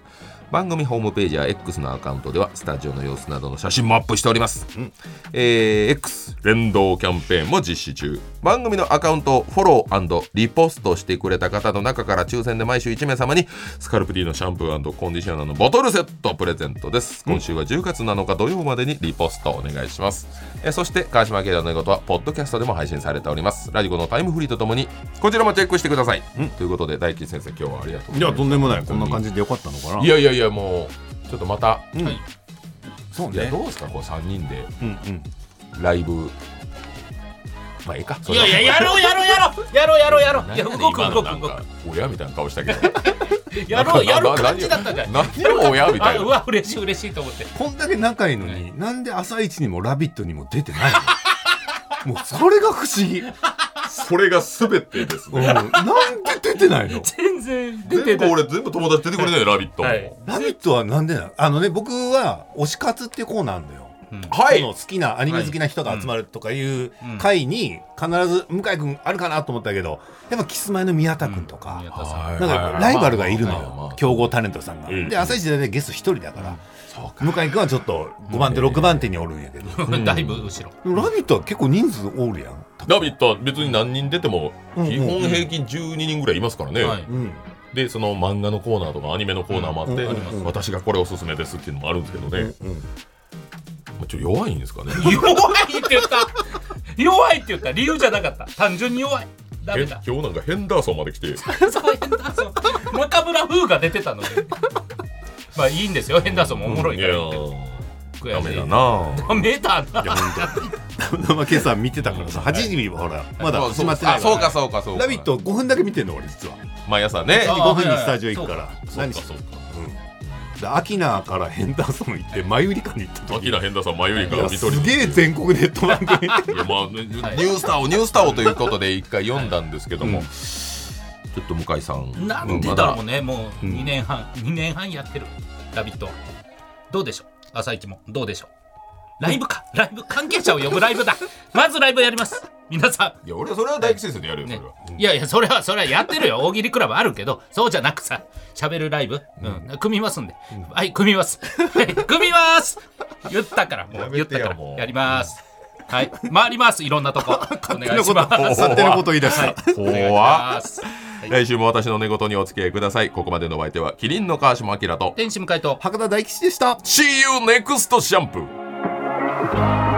A: 番組ホームページや X のアカウントではスタジオの様子などの写真もアップしております、えー X 連動キャンペーンも実施中番組のアカウントをフォローリポストしてくれた方の中から抽選で毎週1名様にスカルプ D のシャンプーコンディショナーのボトルセットプレゼントです今週は10月7日土曜までにリポストお願いします、えーそして川島明の寝言はポッドキャストでも配信されておりますラジコのタイムフリーとともにこちらもチェックしてください、ということで大輝先生今日はありがとうございまし
C: い
A: た
C: やとんでもないこんな感じでよかったのかない
A: やいやいやもうちょっとまた、
C: うん
B: はい
C: そう
A: いや
C: ね
A: どうですかこう3人で
C: うんうん
A: ライブまあええかそ
B: い
A: れは
B: やいややろうやろうやろうやろうやろうやろういや
A: 何
B: 動く
A: 今
B: 動
A: の
B: く
A: なん
B: 動
A: か
B: く
A: 親みたいな顔したけど
B: *laughs* やろうやる感じだったじゃん
A: 何を親みた
B: あ *laughs*
A: いうな
B: わ嬉しい嬉しいと思って
C: こんだけ仲いいのに、なんで「朝一にも「ラビット!」にも出てないのもうそれが不思議、う
A: それが全てです
C: ん、なんで出てないの
B: 全然出て
A: 全部
B: ない
A: 俺全部友達出てくれないよ「ラビット!」
B: はい
C: 「ラビット!」はなんでなのあのね僕は推し活っていうコーナーなんだよ
A: は
C: その
A: い
C: 好きなアニメ好きな人が集まるとかいう会に必ず向井君あるかなと思ったけどやっぱキスマイの宮田君とか、
B: 宮田さん
A: はい
C: なんかやっぱライバルがいるの
A: まあまあま
C: よ
A: あ
C: 強豪タレントさんが。
A: うん
C: で朝一で大体ゲスト一人だから、向井君はちょっと5番手6番手におるんやけど「で
B: だいぶ後ろ
C: もラビット!」は結構人数おるやん。
A: 「ラビット!」は別に何人出ても
C: うんうん
A: 基本平均12人ぐらいいますからね、
B: はい
C: うん
A: でその漫画のコーナーとかアニメのコーナーもあって、
C: うんうんうんうん
A: 私がこれおすすめですっていうのもあるんですけどね、
C: うん
A: まあちょっと弱いんですかね
B: 弱いって言った弱いって言った理由じゃなかった単純に弱い *laughs* ダ
A: え
B: メ
A: 今
B: だ
A: 日なんかヘンダーソンまで来て
B: そうヘンダーソン中村風が出てたのでまあいいんですよヘンダー *laughs* ソンもおもろい
A: い
B: か
A: や
B: ら
A: ー
B: 悔
A: ダ
B: しい
A: メだな
B: ダメだない
C: や本 *laughs* 当。生今朝見てたからさ、8時にはほらまだ始まってない
A: あそう
C: か
A: かそうかそう
C: ら。
A: か
C: ラビット5分だけ見てんの俺実は。
A: 毎朝ね
B: あ
C: 5分にスタジオ行くから。
A: そう
C: 何
A: か
C: し
A: そうか
C: でアキナからヘンダーソン行ってマユリカに行った
A: アキ
C: 時
A: ナヘンダーソンマユリ
C: いや
A: カ見取
C: す
A: り
C: げえ全国ネット番組
A: *laughs* いやまあ、ねニュースターをニュースターをということで一回読んだんですけども、
C: うん
A: ちょっと向井さん
B: なんで
A: ま
B: だろう
A: だ
B: ね、もう
C: うん
B: 2年半、2年半やってる、ラビットは。どうでしょう、朝一も、どうでしょう。ライブか、ライブ、関係者を呼ぶライブだ。まずライブやります、皆さ
A: いや俺はそれは大吉先生でやる
B: ん。ね
A: よ、それは、
B: いやいや、それは、それはやってる
A: *laughs*
B: よ、大喜利クラブあるけど、そうじゃなくさ、しゃべるライブ、うん、組みますんで、はい、組みます、 *laughs* はい組みます言ったから、も
A: や
B: う
A: めて
B: 言
A: よ
B: ったから
A: も、う
B: やります。はい、回ります、いろんなと
A: *laughs*
B: こ、お願いし
C: 勝手なこと
B: ま
A: お
B: す。
C: 勝手なこと言い出した、
B: お願いし
A: 怖
B: ま
A: っ
B: す。
A: 来週も私の寝言にお付き合いくださいここまでのお相手はキリンの川島明と
B: 天使向井と
C: 博多大吉でした
A: See you next シャンプー